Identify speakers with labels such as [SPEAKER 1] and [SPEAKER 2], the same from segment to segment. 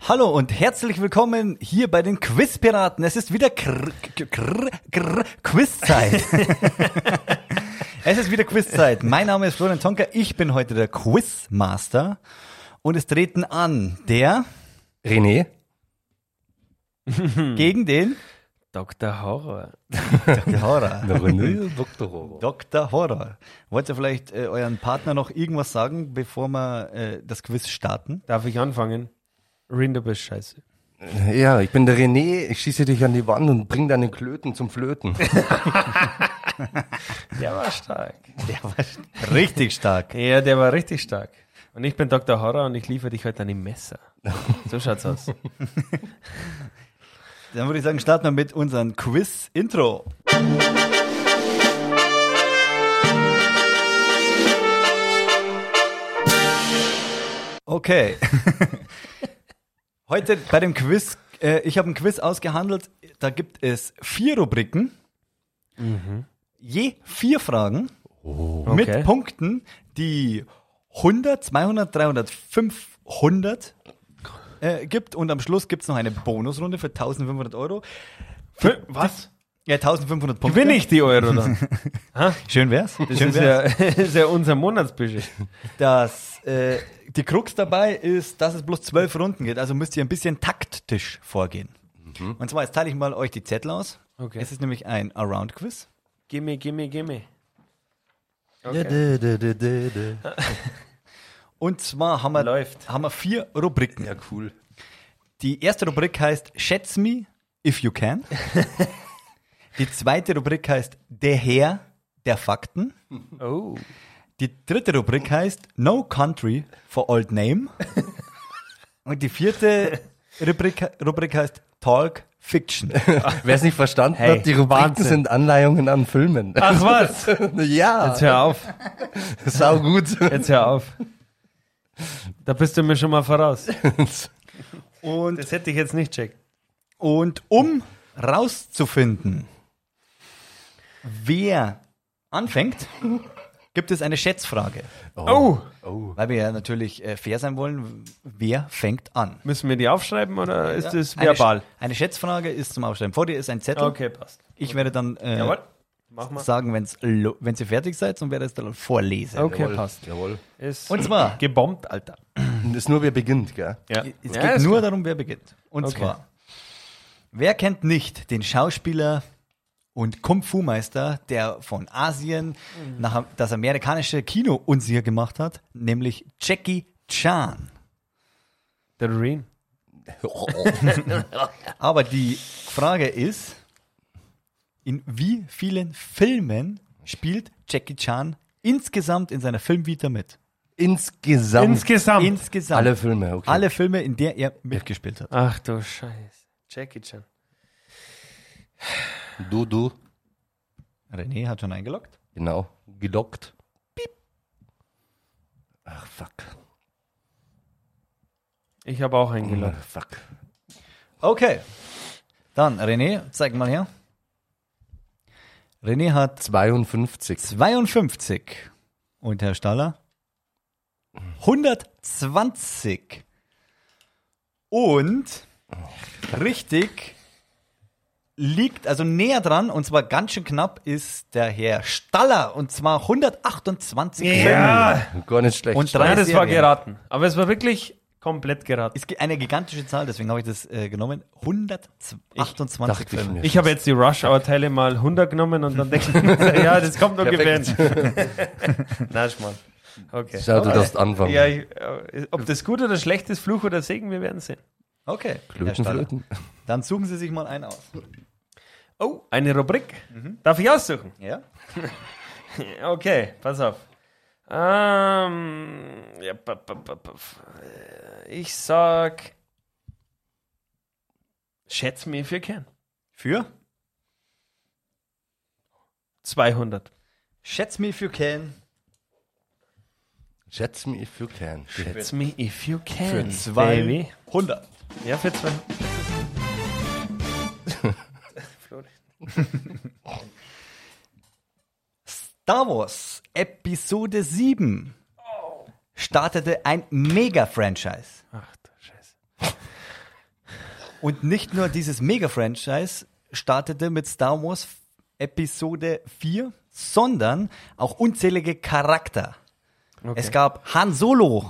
[SPEAKER 1] Hallo und herzlich willkommen hier bei den Quizpiraten. Es ist wieder Kr Kr Kr Quizzeit. es ist wieder Quizzeit. Mein Name ist Florian Tonka. Ich bin heute der Quizmaster und es treten an der
[SPEAKER 2] René?
[SPEAKER 1] gegen den
[SPEAKER 3] Dr. Horror.
[SPEAKER 1] Dr. Horror.
[SPEAKER 2] René Dr. Robo.
[SPEAKER 1] Dr. Horror. Wollt ihr vielleicht äh, euren Partner noch irgendwas sagen, bevor wir äh, das Quiz starten?
[SPEAKER 3] Darf ich anfangen? Rinderbiss scheiße.
[SPEAKER 2] Ja, ich bin der René, ich schieße dich an die Wand und bring deine Klöten zum Flöten.
[SPEAKER 3] Der war stark.
[SPEAKER 1] Der war richtig stark.
[SPEAKER 3] Ja, der war richtig stark. Und ich bin Dr. Horror und ich liefere dich heute an die Messer. So schaut's aus.
[SPEAKER 1] Dann würde ich sagen, starten wir mit unserem Quiz-Intro. Okay. Heute bei dem Quiz, äh, ich habe ein Quiz ausgehandelt, da gibt es vier Rubriken, je vier Fragen
[SPEAKER 3] Mhm. Oh. Okay.
[SPEAKER 1] mit Punkten, die 100, 200, 300, 500 äh, gibt und am Schluss gibt es noch eine Bonusrunde für 1500 Euro.
[SPEAKER 3] Fü- Was?
[SPEAKER 1] Ja, 1500 Punkte.
[SPEAKER 3] Gewinne ich die Euro dann?
[SPEAKER 1] Schön wär's.
[SPEAKER 3] Das
[SPEAKER 1] Schön
[SPEAKER 3] ist ja, ist ja unser Monatsbudget.
[SPEAKER 1] Das, äh, die Krux dabei ist, dass es bloß zwölf Runden geht. Also müsst ihr ein bisschen taktisch vorgehen. Und zwar, jetzt teile ich mal euch die Zettel aus.
[SPEAKER 3] Okay.
[SPEAKER 1] Es ist nämlich ein Around-Quiz.
[SPEAKER 3] Gimme, gimme, gimme.
[SPEAKER 2] Ja,
[SPEAKER 1] Und zwar haben wir,
[SPEAKER 3] Läuft.
[SPEAKER 1] haben wir vier Rubriken.
[SPEAKER 2] cool.
[SPEAKER 1] Die erste Rubrik heißt Schätz me if you can. die zweite Rubrik heißt Der Herr der Fakten.
[SPEAKER 3] Oh.
[SPEAKER 1] Die dritte Rubrik heißt No Country for Old Name. Und die vierte Rubrik, Rubrik heißt Talk Fiction.
[SPEAKER 2] Wer es nicht verstanden
[SPEAKER 3] Hey,
[SPEAKER 2] hat, die Rubriken
[SPEAKER 3] Wahnsinn.
[SPEAKER 2] sind Anleihungen an Filmen.
[SPEAKER 3] Ach was?
[SPEAKER 2] ja,
[SPEAKER 3] Jetzt hör auf.
[SPEAKER 2] sau gut.
[SPEAKER 3] Jetzt hör auf. Da bist du mir schon mal voraus.
[SPEAKER 1] Und,
[SPEAKER 3] Das hätte ich jetzt nicht checkt.
[SPEAKER 1] und um rauszufinden, wer anfängt, gibt es eine Schätzfrage.
[SPEAKER 3] Oh.
[SPEAKER 1] Weil wir ja natürlich äh, fair sein wollen, wer fängt an?
[SPEAKER 3] Müssen wir die aufschreiben oder ist das
[SPEAKER 1] Eine Sch-
[SPEAKER 3] verbal?
[SPEAKER 1] Eine Schätzfrage ist zum Aufschreiben. Vor dir ist ein Zettel.
[SPEAKER 3] Okay, passt.
[SPEAKER 1] Ich werde dann äh,
[SPEAKER 3] Jawohl. Mach mal.
[SPEAKER 1] sagen, wenn's lo- wenn ihr fertig seid und werde es dann vorlesen.
[SPEAKER 3] Okay, passt.
[SPEAKER 2] Jawohl.
[SPEAKER 3] Ist
[SPEAKER 1] Und zwar,
[SPEAKER 3] gebombt, Alter.
[SPEAKER 2] Und ist nur wer beginnt, gell?
[SPEAKER 3] Ja.
[SPEAKER 1] es
[SPEAKER 3] Ja,
[SPEAKER 1] geht
[SPEAKER 3] ist
[SPEAKER 1] nur
[SPEAKER 3] klar.
[SPEAKER 1] darum, wer beginnt. Und
[SPEAKER 3] Okay.
[SPEAKER 1] zwar, wer kennt nicht den Schauspieler und Kung-Fu-Meister, der von Asien
[SPEAKER 3] Mhm.
[SPEAKER 1] nach das amerikanische Kino unsicher gemacht hat, nämlich Jackie Chan.
[SPEAKER 3] der Reen.
[SPEAKER 1] Aber die Frage ist, in wie vielen Filmen spielt Jackie Chan insgesamt in seiner Filmvita mit?
[SPEAKER 2] Insgesamt.
[SPEAKER 3] Insgesamt.
[SPEAKER 1] Insgesamt.
[SPEAKER 2] alle Filme, okay.
[SPEAKER 1] Alle Filme, in der er mitgespielt hat.
[SPEAKER 3] Ach du Scheiße. Jackie Chan.
[SPEAKER 2] Du, du.
[SPEAKER 1] René hat schon eingeloggt.
[SPEAKER 2] Genau. Gelockt. Piep. Ach, fuck.
[SPEAKER 3] Ich habe auch eingeloggt.
[SPEAKER 2] Ach, fuck.
[SPEAKER 1] Okay. Dann, René, zeig mal her. René hat
[SPEAKER 2] 52.
[SPEAKER 1] 52 und Herr Staller 120. Und richtig liegt, also näher dran, und zwar ganz schön knapp, ist der Herr Staller und zwar 128 Filme.
[SPEAKER 2] Gar nicht schlecht.
[SPEAKER 1] Und drei
[SPEAKER 3] Nein, das war
[SPEAKER 1] Serien.
[SPEAKER 3] geraten. Aber es war wirklich komplett geraten.
[SPEAKER 1] Es gibt eine gigantische Zahl, deswegen habe ich das äh, genommen. 128
[SPEAKER 2] dachte ich
[SPEAKER 1] Filme.
[SPEAKER 2] mir.
[SPEAKER 3] Ich habe jetzt die Rush Hour Teile mal 100 genommen und dann denke ich, mir, ja, das kommt ungefähr hin. Na, Schmarrn. Okay.
[SPEAKER 2] Schau, du darfst anfangen.
[SPEAKER 3] Ja, ich, äh, ob das gut oder schlecht ist, Fluch oder Segen, wir werden sehen.
[SPEAKER 1] Okay. Herr
[SPEAKER 2] Klöten,
[SPEAKER 1] Staller.
[SPEAKER 2] flöten.
[SPEAKER 1] Dann suchen Sie sich mal einen aus.
[SPEAKER 3] Oh, eine Rubrik.
[SPEAKER 1] Mhm.
[SPEAKER 3] Darf ich aussuchen?
[SPEAKER 1] Ja?
[SPEAKER 3] Okay, pass auf. Ähm, ja, pa- pa- pa- pa- f- äh, ich sag. Schätz mir, if you can.
[SPEAKER 1] Für?
[SPEAKER 3] 200.
[SPEAKER 1] Schätz me if you can.
[SPEAKER 2] Schätz mich, if you can.
[SPEAKER 3] Schätz me if you
[SPEAKER 1] Für
[SPEAKER 3] can.
[SPEAKER 1] 200.
[SPEAKER 3] Ja, für zwei. Florian.
[SPEAKER 1] Star Wars Episode 7 startete ein Mega-Franchise.
[SPEAKER 3] Ach du Scheiße.
[SPEAKER 1] Und nicht nur dieses Mega-Franchise startete mit Star Wars Episode 4, sondern auch unzählige Charakter. Es gab Han Solo,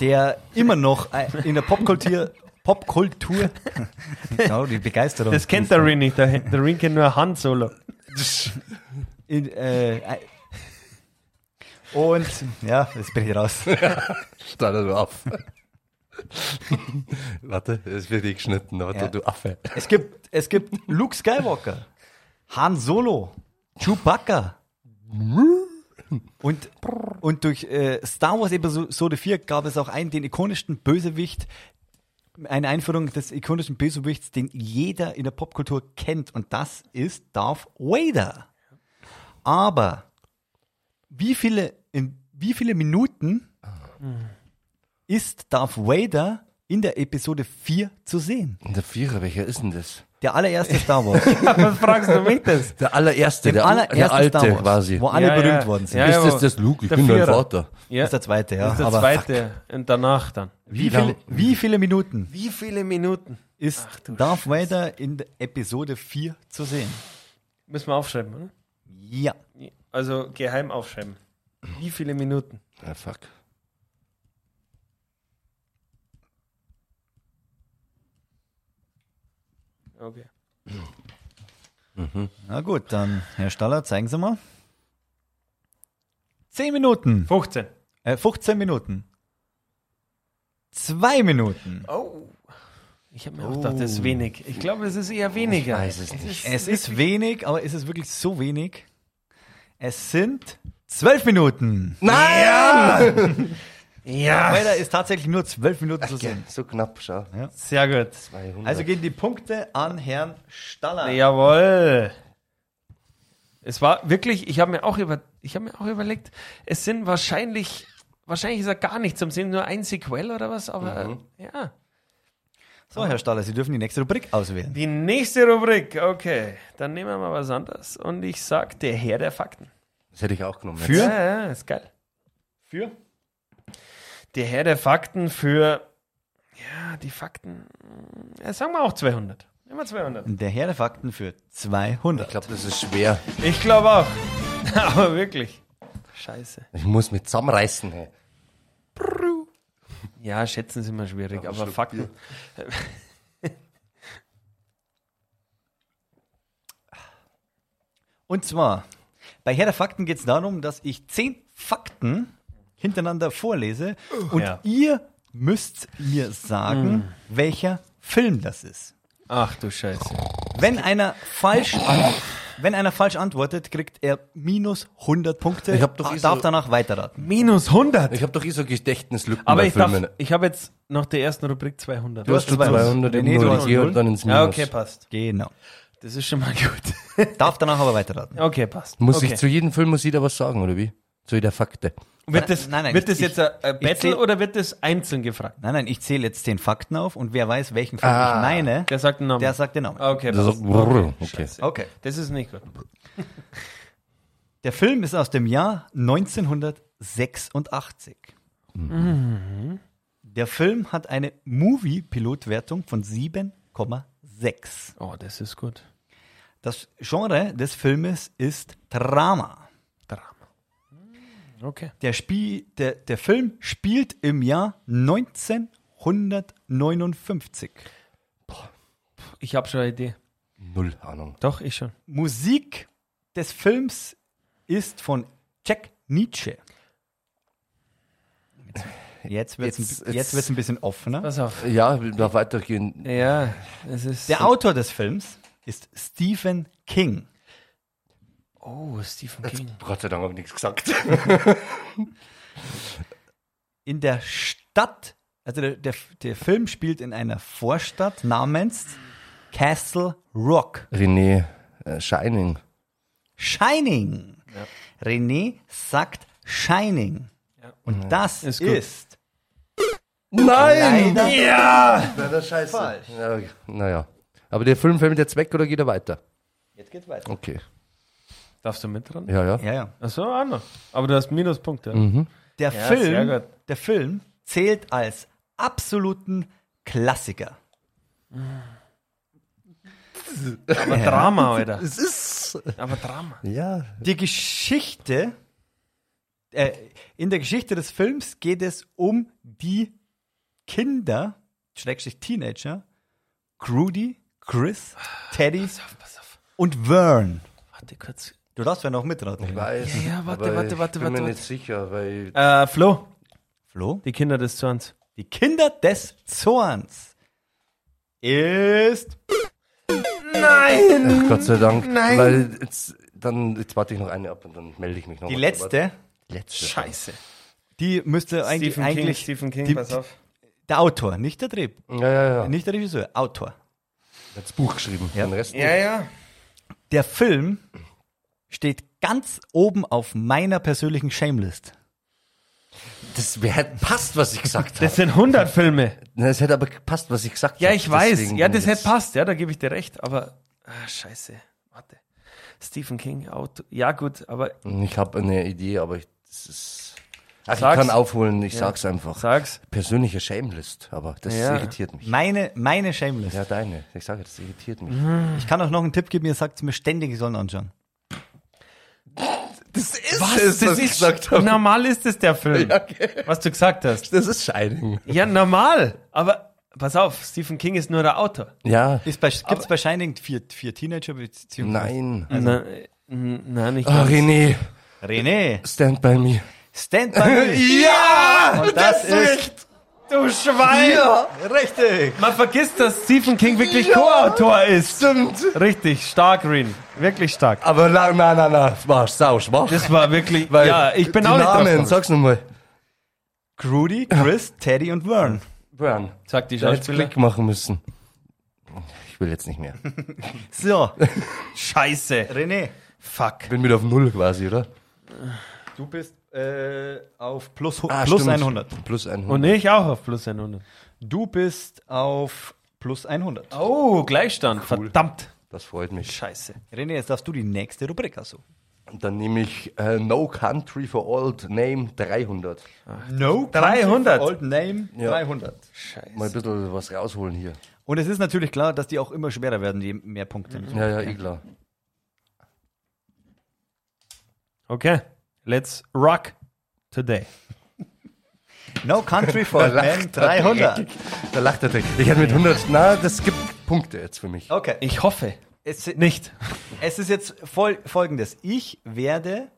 [SPEAKER 1] der immer noch äh, in der Popkultur Popkultur. Genau, die Begeisterung.
[SPEAKER 3] Das kennt der Rin nicht. Der, der Rin kennt nur Han Solo.
[SPEAKER 1] In, äh, äh, und ja, jetzt bin ich raus.
[SPEAKER 2] Da, da, du Affe. Warte, es wird eh geschnitten. Warte,
[SPEAKER 1] Ja.
[SPEAKER 2] du Affe.
[SPEAKER 1] Es gibt, es gibt Luke Skywalker, Han Solo, Chewbacca. Und, und durch äh, Star Wars Episode 4 gab es auch einen, den ikonischsten Bösewicht, eine Einführung des ikonischen Bösewichts, den jeder in der Popkultur kennt. Und das ist Darth Vader. Aber wie viele, in wie viele Minuten ist Darth Vader in der Episode 4 zu sehen?
[SPEAKER 2] Und der Vierer, welcher ist denn das?
[SPEAKER 1] Der allererste Star Wars.
[SPEAKER 3] Was fragst du mich das?
[SPEAKER 2] Der allererste,
[SPEAKER 1] Im
[SPEAKER 2] der,
[SPEAKER 1] allerersten
[SPEAKER 2] der alte
[SPEAKER 1] Star Wars,
[SPEAKER 2] quasi.
[SPEAKER 1] wo alle
[SPEAKER 3] Ja,
[SPEAKER 1] berühmt
[SPEAKER 3] ja.
[SPEAKER 1] worden sind.
[SPEAKER 3] Ja,
[SPEAKER 2] ist
[SPEAKER 3] ja,
[SPEAKER 2] das das Luke? Ich
[SPEAKER 3] der
[SPEAKER 2] bin dein
[SPEAKER 3] Vierer.
[SPEAKER 2] Vater.
[SPEAKER 3] Ja,
[SPEAKER 1] Das ist der zweite, ja.
[SPEAKER 3] das ist der
[SPEAKER 1] aber
[SPEAKER 3] zweite. Und danach dann.
[SPEAKER 1] Wie, viele,
[SPEAKER 2] lang-
[SPEAKER 1] wie viele Minuten
[SPEAKER 3] Wie viele Minuten?
[SPEAKER 1] ist Darth Vader in der Episode 4 zu sehen?
[SPEAKER 3] Müssen wir aufschreiben, oder?
[SPEAKER 1] Ja.
[SPEAKER 3] Also geheim aufschreiben. Wie viele Minuten?
[SPEAKER 2] Ah, fuck.
[SPEAKER 3] Okay.
[SPEAKER 1] Na gut, dann, Herr Staller, zeigen Sie mal. 10 Minuten.
[SPEAKER 3] 15.
[SPEAKER 1] Äh, 15 Minuten. Zwei Minuten.
[SPEAKER 3] Oh. Ich habe mir auch gedacht, das ist wenig. Ich glaube, es ist eher weniger.
[SPEAKER 2] Oh. weiß es nicht.
[SPEAKER 1] Es ist wenig, aber ist es wirklich so wenig? Es sind zwölf Minuten.
[SPEAKER 2] Nein!
[SPEAKER 1] Darth
[SPEAKER 3] Ja,
[SPEAKER 1] Vader ist tatsächlich nur zwölf Minuten zu sehen.
[SPEAKER 2] So knapp, schau.
[SPEAKER 3] sehr gut.
[SPEAKER 2] 200.
[SPEAKER 1] Also gehen die Punkte an Herrn Staller.
[SPEAKER 3] Jawohl. Es war wirklich, ich habe mir auch über, ich habe mir auch überlegt, es sind wahrscheinlich, wahrscheinlich ist er gar nicht zum Sehen, nur ein Sequel oder was, aber
[SPEAKER 2] Mhm.
[SPEAKER 3] äh, ja.
[SPEAKER 1] So, Herr Staller, Sie dürfen die nächste Rubrik auswählen.
[SPEAKER 3] Die nächste Rubrik, okay, dann nehmen wir mal was anderes und ich sag der Herr der Fakten.
[SPEAKER 2] das hätte ich auch genommen.
[SPEAKER 1] Für?
[SPEAKER 3] Ja, ja, ist geil. Für? Der Herr der Fakten für, ja, die Fakten, ja, sagen wir auch 200. Nehmen wir 200.
[SPEAKER 1] Der Herr der Fakten für
[SPEAKER 2] Ich
[SPEAKER 1] 200.
[SPEAKER 2] glaube, das ist schwer.
[SPEAKER 3] Ich glaube auch, aber wirklich. Scheiße.
[SPEAKER 2] Ich muss mich zusammenreißen. Hey.
[SPEAKER 3] Ja, schätzen ist immer schwierig, aber, Fakten.
[SPEAKER 1] Und zwar, bei Herr der Fakten geht es darum, dass ich zehn Fakten hintereinander vorlese
[SPEAKER 2] Oh,
[SPEAKER 1] und
[SPEAKER 3] Ja.
[SPEAKER 1] ihr müsst mir sagen,
[SPEAKER 2] Hm.
[SPEAKER 1] welcher Film das ist.
[SPEAKER 3] Ach du Scheiße.
[SPEAKER 1] Wenn einer falsch an wenn einer falsch antwortet, kriegt er minus 100 Punkte.
[SPEAKER 2] Ich hab doch
[SPEAKER 1] Ah,
[SPEAKER 2] eh so-
[SPEAKER 1] darf danach weiterraten.
[SPEAKER 3] Minus 100.
[SPEAKER 2] Ich habe doch eh so Gedächtnislücken
[SPEAKER 3] Aber
[SPEAKER 2] bei
[SPEAKER 3] ich
[SPEAKER 2] Filmen.
[SPEAKER 3] darf, ich habe jetzt nach der ersten Rubrik 200.
[SPEAKER 2] du hast schon
[SPEAKER 1] 200.
[SPEAKER 2] 200 im
[SPEAKER 1] Nee, du
[SPEAKER 2] Null
[SPEAKER 1] hast
[SPEAKER 2] hier
[SPEAKER 1] Null.
[SPEAKER 2] und dann ins Minus.
[SPEAKER 3] Ja, okay, passt.
[SPEAKER 1] Genau.
[SPEAKER 3] Das ist schon mal gut.
[SPEAKER 1] Darf danach aber weiterraten.
[SPEAKER 3] Okay, passt.
[SPEAKER 2] Muss
[SPEAKER 3] okay.
[SPEAKER 2] ich zu jedem Film muss jeder was sagen, oder wie? Zu jeder Fakte.
[SPEAKER 3] wird das,
[SPEAKER 1] Nein, nein,
[SPEAKER 3] wird das
[SPEAKER 1] ich-
[SPEAKER 3] jetzt ein ein
[SPEAKER 1] ich
[SPEAKER 3] Battle
[SPEAKER 1] zähl-
[SPEAKER 3] oder wird das einzeln gefragt?
[SPEAKER 1] Nein, nein, ich zähle jetzt zehn Fakten auf und wer weiß, welchen Film ich meine,
[SPEAKER 3] Der sagt einen Namen.
[SPEAKER 1] der sagt genau. den Namen.
[SPEAKER 3] okay,
[SPEAKER 2] Das
[SPEAKER 3] passt.
[SPEAKER 2] ist, Also okay.
[SPEAKER 1] Okay.
[SPEAKER 3] Das ist nicht gut.
[SPEAKER 1] Der Film ist aus dem Jahr 1986. Der Film hat eine Movie-Pilotwertung von 7,6.
[SPEAKER 3] Oh, das ist gut.
[SPEAKER 1] Das Genre des Filmes ist Drama.
[SPEAKER 3] Drama. Hm, Okay.
[SPEAKER 1] Der, Spiel, der, der Film spielt im Jahr 1959.
[SPEAKER 3] Ich habe schon eine Idee.
[SPEAKER 2] Null Ahnung.
[SPEAKER 3] Doch, ich schon.
[SPEAKER 1] Musik des Films ist von Jack Nietzsche. Jetzt wird es
[SPEAKER 2] Jetzt-
[SPEAKER 1] jetzt,
[SPEAKER 2] jetzt-
[SPEAKER 1] wird's ein bisschen offener.
[SPEAKER 3] Pass auf.
[SPEAKER 2] Ja, will noch weitergehen.
[SPEAKER 3] Ja, es ist.
[SPEAKER 1] Der Autor des Films ist Stephen King.
[SPEAKER 3] oh, Stephen King.
[SPEAKER 2] Gott sei Dank habe ich nichts gesagt.
[SPEAKER 1] In der Stadt, also der, der, der Film spielt in einer Vorstadt namens Castle Rock.
[SPEAKER 2] René äh, Shining.
[SPEAKER 1] Shining. René sagt Shining. Und das
[SPEAKER 3] Mhm. Ist
[SPEAKER 1] ist,
[SPEAKER 3] gut.
[SPEAKER 2] Nein!
[SPEAKER 1] leider
[SPEAKER 2] Na, das scheiße.
[SPEAKER 1] Falsch.
[SPEAKER 2] Ja, naja. Aber der Film fällt jetzt weg oder geht er weiter?
[SPEAKER 1] Jetzt geht's weiter.
[SPEAKER 2] Okay.
[SPEAKER 3] Darfst du mit dran? Mhm.
[SPEAKER 2] Ja, ja.
[SPEAKER 1] Ja, ja.
[SPEAKER 3] Achso, auch noch. Aber du hast Minuspunkte.
[SPEAKER 1] Der,
[SPEAKER 3] Ja, sehr
[SPEAKER 1] Film,
[SPEAKER 3] gut.
[SPEAKER 1] der Film zählt als absoluten Klassiker.
[SPEAKER 3] Aber Drama, Alter.
[SPEAKER 2] Es ist.
[SPEAKER 3] Aber Drama.
[SPEAKER 2] Ja.
[SPEAKER 1] Die Geschichte, äh, in der Geschichte des Films geht es um die Kinder, Schrägstrich Teenager, Grudy, Chris, Teddy
[SPEAKER 3] Pass auf, pass auf.
[SPEAKER 1] und Vern.
[SPEAKER 3] Warte kurz.
[SPEAKER 1] Du darfst ja noch mitraten.
[SPEAKER 2] Weiß.
[SPEAKER 3] Ja, ja, warte,
[SPEAKER 2] aber
[SPEAKER 3] warte, warte,
[SPEAKER 2] Ich bin
[SPEAKER 3] warte,
[SPEAKER 2] mir
[SPEAKER 3] warte.
[SPEAKER 2] nicht sicher, weil.
[SPEAKER 3] Äh, Flo,
[SPEAKER 1] Flo?
[SPEAKER 3] die Kinder des Zorns.
[SPEAKER 1] Die Kinder des Zorns ist
[SPEAKER 3] Nein!
[SPEAKER 2] Gott sei Dank.
[SPEAKER 3] Nein.
[SPEAKER 2] Weil jetzt, dann, jetzt warte ich noch eine ab und dann melde ich mich noch.
[SPEAKER 1] die
[SPEAKER 2] mal.
[SPEAKER 1] letzte.
[SPEAKER 2] Aber- Letzte.
[SPEAKER 3] Scheiße.
[SPEAKER 1] Die müsste eigentlich,
[SPEAKER 3] Stephen King,
[SPEAKER 1] eigentlich
[SPEAKER 3] Stephen King,
[SPEAKER 1] die-
[SPEAKER 3] pass auf.
[SPEAKER 1] der Autor, nicht der Dreh,
[SPEAKER 2] Ja, ja, ja.
[SPEAKER 1] nicht der Regisseur, Autor.
[SPEAKER 2] Ich das Buch geschrieben. Den Rest
[SPEAKER 3] Ja, ja.
[SPEAKER 1] Der Film steht ganz oben auf meiner persönlichen Shamelist.
[SPEAKER 2] nicht. Das wär, passt, was ich gesagt
[SPEAKER 3] Das
[SPEAKER 2] habe.
[SPEAKER 3] sind 100 Filme.
[SPEAKER 2] Das hätte aber gepasst, was ich gesagt
[SPEAKER 3] Ja,
[SPEAKER 2] habe.
[SPEAKER 3] ich weiß.
[SPEAKER 2] Deswegen
[SPEAKER 3] Ja, das hätte
[SPEAKER 2] jetzt-
[SPEAKER 3] passt. Ja, da gebe ich dir recht. Aber, ah, scheiße. Warte. Stephen King, Auto. Ja, gut, aber
[SPEAKER 2] Ich habe eine Idee, aber ich, das ist. Also
[SPEAKER 3] Sag's.
[SPEAKER 2] ich kann aufholen, ich sag's einfach.
[SPEAKER 3] sag's.
[SPEAKER 2] Persönliche Shamelist, aber das
[SPEAKER 3] Ja.
[SPEAKER 2] irritiert mich.
[SPEAKER 1] Meine, meine Shamelist.
[SPEAKER 2] Ja, deine. Ich sage, das irritiert mich.
[SPEAKER 3] Mhm.
[SPEAKER 1] Ich kann auch noch einen Tipp geben, ihr sagt mir ständig, ich soll ihn anschauen.
[SPEAKER 2] Das ist
[SPEAKER 3] normal ist es der Film, was du gesagt hast.
[SPEAKER 2] Das ist Shining.
[SPEAKER 3] Ja, normal. Aber pass auf, Stephen King ist nur der Autor.
[SPEAKER 2] Ja.
[SPEAKER 1] Ist bei, gibt's bei Shining vier, vier Teenager beziehungsweise?
[SPEAKER 2] Nein.
[SPEAKER 3] Na, äh, n- nein, nicht.
[SPEAKER 2] Oh, René,
[SPEAKER 1] René,
[SPEAKER 2] stand by me.
[SPEAKER 1] stand by me.
[SPEAKER 2] Ja!
[SPEAKER 1] Und das ist
[SPEAKER 3] Du Schwein!
[SPEAKER 1] richtig.
[SPEAKER 3] Man vergisst, dass Stephen King wirklich Co-Autor ist.
[SPEAKER 2] Stimmt.
[SPEAKER 3] Richtig, stark, Green. Wirklich stark.
[SPEAKER 2] Aber na, na, na, na. War sau schwach.
[SPEAKER 3] Das war wirklich.
[SPEAKER 2] Weil
[SPEAKER 3] ja, ich bin
[SPEAKER 2] die
[SPEAKER 3] auch nicht drauf
[SPEAKER 2] Namen,
[SPEAKER 3] gekommen.
[SPEAKER 2] sag's nochmal.
[SPEAKER 1] Grudy, Chris, Teddy und Vern.
[SPEAKER 2] Brian,
[SPEAKER 3] Sagt die
[SPEAKER 2] da hättest
[SPEAKER 3] Schauspieler.
[SPEAKER 2] Klick machen müssen. Ich will jetzt nicht mehr. Ich
[SPEAKER 1] So,
[SPEAKER 3] Scheiße.
[SPEAKER 1] René,
[SPEAKER 3] Fuck.
[SPEAKER 2] bin wieder auf Null quasi, oder?
[SPEAKER 1] du bist äh, auf plus, hu-
[SPEAKER 2] Ah,
[SPEAKER 1] plus
[SPEAKER 2] stimmt.
[SPEAKER 1] 100.
[SPEAKER 2] Plus 100.
[SPEAKER 3] Und ich auch auf plus 100.
[SPEAKER 1] Du bist auf plus 100.
[SPEAKER 3] Oh, Gleichstand. Verdammt.
[SPEAKER 2] Das freut mich.
[SPEAKER 3] Scheiße.
[SPEAKER 1] René, jetzt darfst du die nächste Rubrik aussuchen.
[SPEAKER 2] Und dann nehme ich äh, No Country for Old Name 300.
[SPEAKER 1] No,
[SPEAKER 3] 300.
[SPEAKER 1] Old Name,
[SPEAKER 2] Ja.
[SPEAKER 1] 300.
[SPEAKER 2] Mal ein
[SPEAKER 3] Scheiße.
[SPEAKER 2] bisschen was rausholen hier.
[SPEAKER 1] Und es ist natürlich klar, dass die auch immer schwerer werden, je mehr Punkte.
[SPEAKER 2] Ja, ja, eh klar.
[SPEAKER 3] Okay, let's rock today.
[SPEAKER 1] No Country for Old Men, 300.
[SPEAKER 2] Da lacht er direkt. Ich hätte mit 100. Na, das gibt Punkte jetzt für mich.
[SPEAKER 1] Okay.
[SPEAKER 3] Ich hoffe
[SPEAKER 1] Es,
[SPEAKER 3] nicht.
[SPEAKER 1] es ist jetzt fol folgendes. Ich werde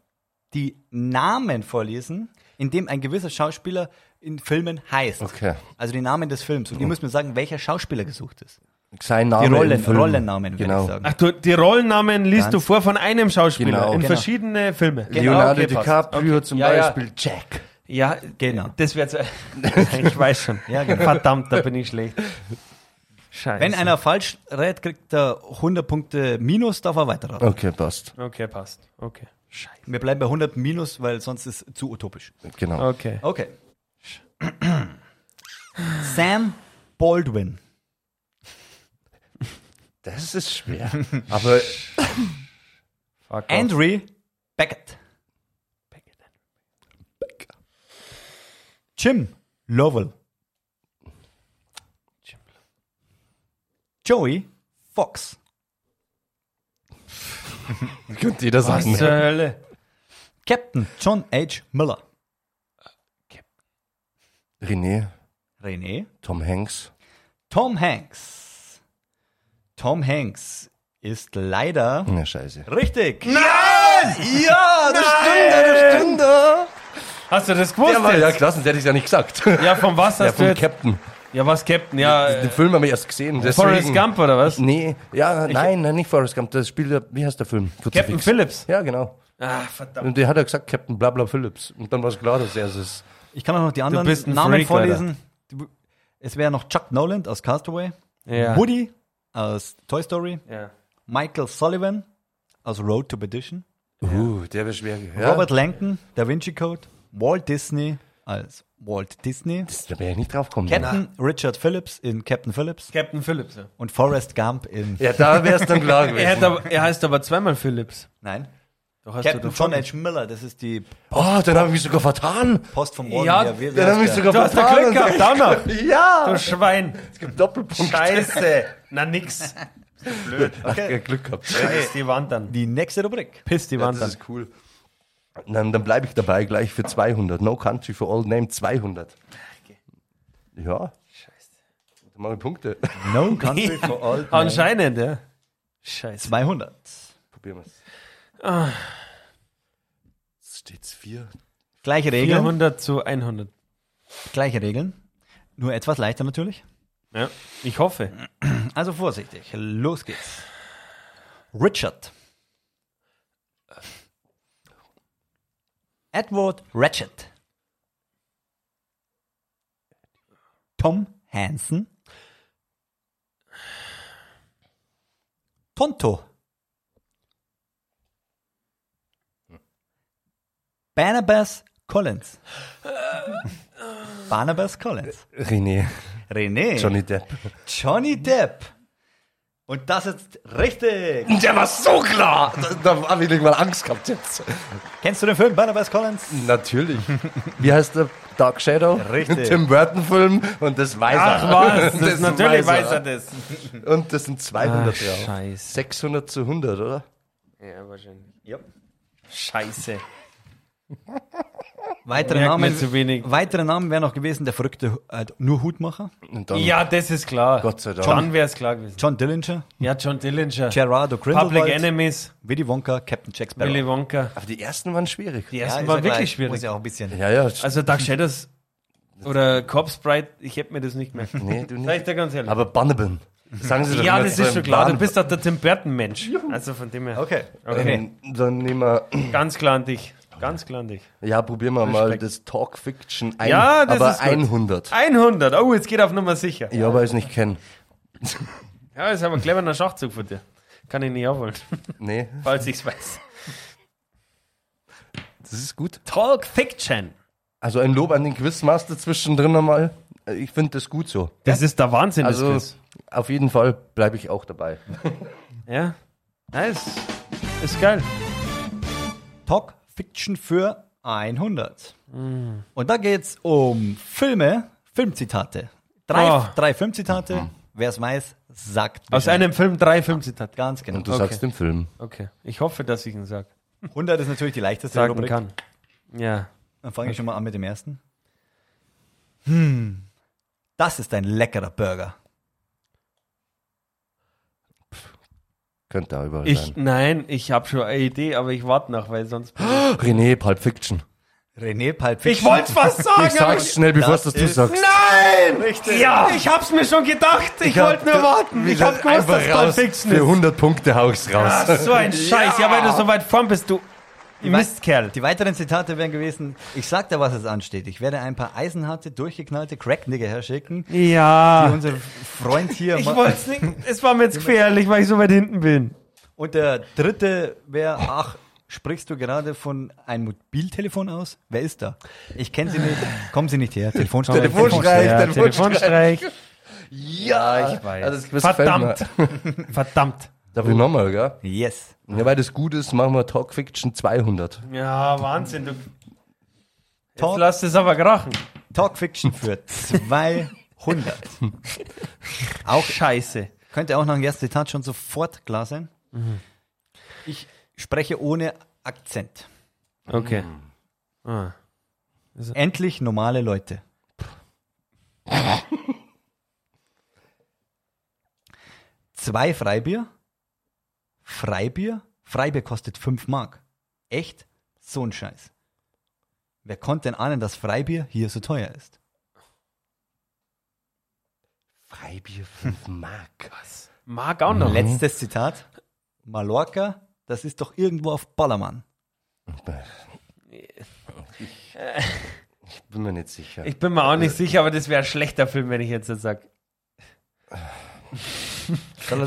[SPEAKER 1] die Namen vorlesen, in dem ein gewisser Schauspieler in Filmen heißt.
[SPEAKER 2] Okay. Oh.
[SPEAKER 1] Also die Namen des Films. Und ihr müsst mir sagen, welcher Schauspieler gesucht ist.
[SPEAKER 2] Sein Name.
[SPEAKER 1] Die Rollen,
[SPEAKER 2] im Film.
[SPEAKER 1] Rollennamen, würde
[SPEAKER 2] genau.
[SPEAKER 1] ich sagen.
[SPEAKER 3] Ach, du, die Rollennamen liest
[SPEAKER 1] Ganz-
[SPEAKER 3] du vor von einem Schauspieler
[SPEAKER 2] Genau.
[SPEAKER 3] in
[SPEAKER 2] Genau.
[SPEAKER 3] verschiedene Filme.
[SPEAKER 2] Leonardo
[SPEAKER 3] Genau. Okay, passt.
[SPEAKER 2] DiCaprio zum
[SPEAKER 3] Ja, ja.
[SPEAKER 2] Beispiel. Jack.
[SPEAKER 3] Ja,
[SPEAKER 1] Genau.
[SPEAKER 3] Das wäre Ich weiß schon.
[SPEAKER 1] Ja, genau.
[SPEAKER 3] Verdammt, da bin ich schlecht. Scheiße.
[SPEAKER 1] Wenn einer falsch rät, kriegt er 100 Punkte minus, darf er weiterraten.
[SPEAKER 2] Okay, passt.
[SPEAKER 3] okay, passt. Okay. Scheiße.
[SPEAKER 1] Wir bleiben bei 100 minus, weil sonst ist es zu utopisch.
[SPEAKER 2] Genau.
[SPEAKER 3] Okay.
[SPEAKER 1] Okay. Sam Baldwin.
[SPEAKER 2] Das ist schwer. Aber
[SPEAKER 3] Fuck off.
[SPEAKER 1] Andrew Beckett. Jim Lovell.
[SPEAKER 3] Jim
[SPEAKER 1] Joey Fox.
[SPEAKER 2] könnte jeder
[SPEAKER 3] Was
[SPEAKER 2] sagen.
[SPEAKER 3] zur Hölle?
[SPEAKER 1] Captain John H. Miller.
[SPEAKER 2] René,
[SPEAKER 1] René.
[SPEAKER 2] Tom Hanks.
[SPEAKER 1] Tom Hanks. Tom Hanks ist leider
[SPEAKER 2] Na, scheiße.
[SPEAKER 1] richtig. Nein! Ja, das
[SPEAKER 2] stimmt, das stimmt.
[SPEAKER 3] Hast du das gewusst?
[SPEAKER 2] Ja, war ja
[SPEAKER 3] jetzt?
[SPEAKER 2] klasse, das hätte ich ja nicht gesagt.
[SPEAKER 3] ja, von was hast
[SPEAKER 2] Ja,
[SPEAKER 3] du
[SPEAKER 2] vom
[SPEAKER 3] jetzt?
[SPEAKER 2] Captain.
[SPEAKER 3] ja, was Captain? Ja, äh,
[SPEAKER 2] Den Film habe ich erst gesehen.
[SPEAKER 3] Forrest
[SPEAKER 2] deswegen-
[SPEAKER 3] Gump oder was?
[SPEAKER 2] Nee, ja, nein, nein, nicht Forrest Gump. Das spielt, der- wie heißt der Film? Kurzer
[SPEAKER 3] Captain
[SPEAKER 2] Fix.
[SPEAKER 3] Phillips.
[SPEAKER 2] Ja, genau.
[SPEAKER 3] Ah, verdammt.
[SPEAKER 2] Und der hat ja gesagt, Captain Blabla Phillips. Und dann war es klar, dass er es ist.
[SPEAKER 1] Ich kann auch noch die anderen
[SPEAKER 3] bist ein
[SPEAKER 1] Namen
[SPEAKER 3] Freak,
[SPEAKER 1] vorlesen. Du- Es wäre noch Chuck Noland aus Castaway,
[SPEAKER 3] Ja.
[SPEAKER 1] Woody aus Toy Story,
[SPEAKER 3] Ja.
[SPEAKER 1] Michael Sullivan aus Road to Perdition,
[SPEAKER 2] Uh, der wäre schwer. Ja.
[SPEAKER 1] Robert Langton, Da Vinci Code, Walt Disney als Walt Disney,
[SPEAKER 2] das, da wäre ich nicht drauf gekommen.
[SPEAKER 1] Captain Richard Phillips in Captain Phillips
[SPEAKER 3] Captain Phillips, ja.
[SPEAKER 1] und Forrest Gump in.
[SPEAKER 2] Ja, da wäre es dann klar gewesen.
[SPEAKER 3] Er, hat aber, er heißt aber zweimal Phillips.
[SPEAKER 1] Nein.
[SPEAKER 3] Doch hast
[SPEAKER 1] Captain
[SPEAKER 3] davon-
[SPEAKER 1] John H. Miller, das ist die
[SPEAKER 2] Oh, dann habe ich mich sogar vertan.
[SPEAKER 1] Post vom Morgen.
[SPEAKER 3] Ja,
[SPEAKER 1] wie- wie
[SPEAKER 2] Dann
[SPEAKER 1] heißt
[SPEAKER 2] habe ich
[SPEAKER 1] der?
[SPEAKER 2] sogar
[SPEAKER 3] Du hast da
[SPEAKER 2] vertan.
[SPEAKER 3] Glück gehabt, auch noch.
[SPEAKER 2] Ja.
[SPEAKER 3] Du Schwein.
[SPEAKER 2] Es gibt Doppelpunkt.
[SPEAKER 3] Scheiße. Na nix. Blöd.
[SPEAKER 2] Ja, Glück gehabt.
[SPEAKER 3] Piss die Wand an.
[SPEAKER 1] die nächste Rubrik.
[SPEAKER 3] Piss die
[SPEAKER 2] Ja,
[SPEAKER 3] Wand
[SPEAKER 2] das
[SPEAKER 3] an.
[SPEAKER 2] ist cool. Dann, dann bleibe ich dabei gleich für 200. No Country for Old Name 200. Ja. Scheiße. Dann mache ich Punkte.
[SPEAKER 1] No Country for Old Men.
[SPEAKER 3] Anscheinend, ja. Scheiße.
[SPEAKER 1] 200.
[SPEAKER 2] Probieren wir es. Ah. Steht's 4.
[SPEAKER 1] Gleiche Regeln.
[SPEAKER 3] 400 zu 100.
[SPEAKER 1] Gleiche Regeln. Nur etwas leichter natürlich.
[SPEAKER 3] Ja. Ich hoffe.
[SPEAKER 1] Also vorsichtig. Los geht's. Richard. Edward Ratchet. Tom Hansen. Tonto. Barnabas Collins. Barnabas Collins.
[SPEAKER 2] René.
[SPEAKER 1] René.
[SPEAKER 2] Johnny Depp.
[SPEAKER 1] Johnny Depp. Und das ist richtig.
[SPEAKER 2] Der war so klar. Da, da habe ich nicht mal Angst gehabt jetzt.
[SPEAKER 1] Kennst du den Film Barnabas Collins?
[SPEAKER 2] Natürlich. Wie heißt der? Dark Shadow?
[SPEAKER 1] Richtig.
[SPEAKER 2] Tim Burton Film und das weiß er. Und
[SPEAKER 3] Das natürlich weiß er das.
[SPEAKER 2] Und das sind 200 drauf.
[SPEAKER 3] Scheiße.
[SPEAKER 2] 600 zu 100, oder?
[SPEAKER 3] Ja, wahrscheinlich.
[SPEAKER 1] Ja.
[SPEAKER 3] Scheiße.
[SPEAKER 1] Weitere
[SPEAKER 3] Merkt
[SPEAKER 1] Namen,
[SPEAKER 3] mir zu wenig.
[SPEAKER 1] weitere Namen wären noch gewesen, der verrückte äh, nur Hutmacher,
[SPEAKER 2] Und dann,
[SPEAKER 3] Ja, das ist klar.
[SPEAKER 2] Gott sei Dank.
[SPEAKER 3] Dann wäre es klar gewesen.
[SPEAKER 1] John Dillinger,
[SPEAKER 3] Ja, John Dillinger.
[SPEAKER 1] Gerardo Grindelwald,
[SPEAKER 3] Public Enemies.
[SPEAKER 1] Willy Wonka, Captain Jack Sparrow.
[SPEAKER 3] Willy Wonka.
[SPEAKER 2] Aber die ersten waren schwierig.
[SPEAKER 3] Die
[SPEAKER 1] Ja,
[SPEAKER 3] ersten
[SPEAKER 1] ist
[SPEAKER 3] waren
[SPEAKER 1] ja
[SPEAKER 3] wirklich
[SPEAKER 1] gleich.
[SPEAKER 3] schwierig.
[SPEAKER 1] Muss ja auch ein bisschen.
[SPEAKER 2] Ja, ja.
[SPEAKER 3] Also Dark Shadows oder Corpse Bride, ich hätte mir das nicht merken können.
[SPEAKER 2] nee, du
[SPEAKER 3] Sag
[SPEAKER 2] nicht.
[SPEAKER 3] ich dir ganz ehrlich.
[SPEAKER 2] Aber Banneben. Sagen Sie doch
[SPEAKER 3] ja,
[SPEAKER 2] mal
[SPEAKER 3] das
[SPEAKER 2] zu
[SPEAKER 3] ist
[SPEAKER 2] einem
[SPEAKER 3] schon klar. Du
[SPEAKER 2] Bahn-
[SPEAKER 3] bist doch der Tim Burton-Mensch. Also von dem her.
[SPEAKER 1] Okay.
[SPEAKER 3] Okay.
[SPEAKER 2] Ähm, Dann nehmen wir.
[SPEAKER 3] Ganz klar an dich. Ganz klar an dich.
[SPEAKER 2] Ja, probieren wir mal
[SPEAKER 3] Respekt.
[SPEAKER 2] das Talk Fiction ein,
[SPEAKER 3] Ja, das
[SPEAKER 2] aber
[SPEAKER 3] ist gut.
[SPEAKER 2] 100.
[SPEAKER 3] 100. Oh, jetzt geht auf Nummer sicher.
[SPEAKER 2] Ja, weil ich es nicht kenne.
[SPEAKER 3] Ja, das ist aber ein cleverer Schachzug von dir. Kann ich nicht aufholen,
[SPEAKER 2] Nee,
[SPEAKER 3] falls ich es weiß.
[SPEAKER 2] das ist gut.
[SPEAKER 3] Talk Fiction.
[SPEAKER 2] Also ein Lob an den Quizmaster zwischendrin nochmal. Ich finde das gut so.
[SPEAKER 3] Das ist der Wahnsinn. das
[SPEAKER 2] Also
[SPEAKER 3] Quiz.
[SPEAKER 2] auf jeden Fall bleibe ich auch dabei.
[SPEAKER 3] Ja. Nice. Ist geil.
[SPEAKER 1] Talk Fiction für 100.
[SPEAKER 3] Mm.
[SPEAKER 1] Und da geht's um Filme, Filmzitate. Drei,
[SPEAKER 3] Oh.
[SPEAKER 1] drei Filmzitate.
[SPEAKER 2] Mhm.
[SPEAKER 1] Wer es weiß, sagt
[SPEAKER 3] Aus
[SPEAKER 1] Bescheid.
[SPEAKER 3] einem Film drei Filmzitate.
[SPEAKER 1] Ganz genau.
[SPEAKER 2] Und du
[SPEAKER 3] Okay.
[SPEAKER 2] sagst den Film.
[SPEAKER 3] Okay. Ich hoffe, dass ich ihn sag.
[SPEAKER 1] 100 ist natürlich die leichteste
[SPEAKER 3] sagen kann. Ja.
[SPEAKER 1] Dann fange ich schon mal an mit dem ersten. Hm. Das ist ein leckerer Burger.
[SPEAKER 2] Könnte da überall
[SPEAKER 3] Ich,
[SPEAKER 2] sein.
[SPEAKER 3] nein, ich habe schon eine Idee, aber ich warte noch, weil sonst.
[SPEAKER 2] René, Pulp Fiction.
[SPEAKER 1] René Pulp
[SPEAKER 3] Ich wollte fast sagen!
[SPEAKER 2] Ich sag's schnell, bevor es
[SPEAKER 1] das
[SPEAKER 2] das du
[SPEAKER 1] ist-
[SPEAKER 2] sagst.
[SPEAKER 3] Nein! Ja! Ich hab's mir schon gedacht! Ich, wollte nur warten! Ich hab gewusst, dass Pulp
[SPEAKER 2] raus.
[SPEAKER 3] Fiction
[SPEAKER 2] Für
[SPEAKER 3] ist!
[SPEAKER 2] 100 Punkte hau ich's raus.
[SPEAKER 3] Ach, so ein Scheiß! Ja. weil du so weit vorn bist, du Mistkerl!
[SPEAKER 1] Die weiteren Zitate wären gewesen, ich sag dir, was es ansteht. Ich werde ein paar eisenharte, durchgeknallte Cracknigger herschicken, die
[SPEAKER 3] Ja!
[SPEAKER 1] unser Freund hier...
[SPEAKER 3] Ich
[SPEAKER 1] ma-
[SPEAKER 3] wollte's nicht. Es war mir jetzt gefährlich, weil ich so weit hinten bin.
[SPEAKER 1] Und der dritte wäre, ach, sprichst du gerade von einem Mobiltelefon aus? Wer ist da? Ich kenne sie nicht. Kommen Sie nicht her. Telefonstelle.
[SPEAKER 2] Telefonstreich,
[SPEAKER 3] Ja,
[SPEAKER 2] Telefonstreich.
[SPEAKER 3] Telefonstreich.
[SPEAKER 2] Ja,
[SPEAKER 3] ich weiß.
[SPEAKER 2] Also das Quiz
[SPEAKER 3] Verdammt.
[SPEAKER 2] gefällt mir.
[SPEAKER 3] Verdammt.
[SPEAKER 2] Darf ich nochmal, gell?
[SPEAKER 1] Yes.
[SPEAKER 2] Ja, weil das gut ist, machen wir Talk Fiction 200.
[SPEAKER 3] Ja, Wahnsinn. Du, jetzt
[SPEAKER 1] Talk,
[SPEAKER 3] lass es aber krachen.
[SPEAKER 1] Talk Fiction für 200.
[SPEAKER 3] Auch Scheiße.
[SPEAKER 1] Könnte auch nach dem ersten Zitat schon sofort klar sein. Ich spreche ohne Akzent.
[SPEAKER 3] Okay.
[SPEAKER 2] Mm.
[SPEAKER 3] Ah.
[SPEAKER 1] Endlich normale Leute. Zwei Freibier. Freibier? Freibier kostet 5 Mark. Echt? So ein Scheiß. Wer konnte denn ahnen, dass Freibier hier so teuer ist?
[SPEAKER 2] Freibier 5 Mark.
[SPEAKER 3] Mag auch noch.
[SPEAKER 1] Letztes Zitat. Mallorca, das ist doch irgendwo auf Ballermann.
[SPEAKER 2] Ich bin mir nicht sicher.
[SPEAKER 3] Ich bin mir auch nicht sicher, aber das wäre ein schlechter Film, wenn ich jetzt das sage.
[SPEAKER 2] ja,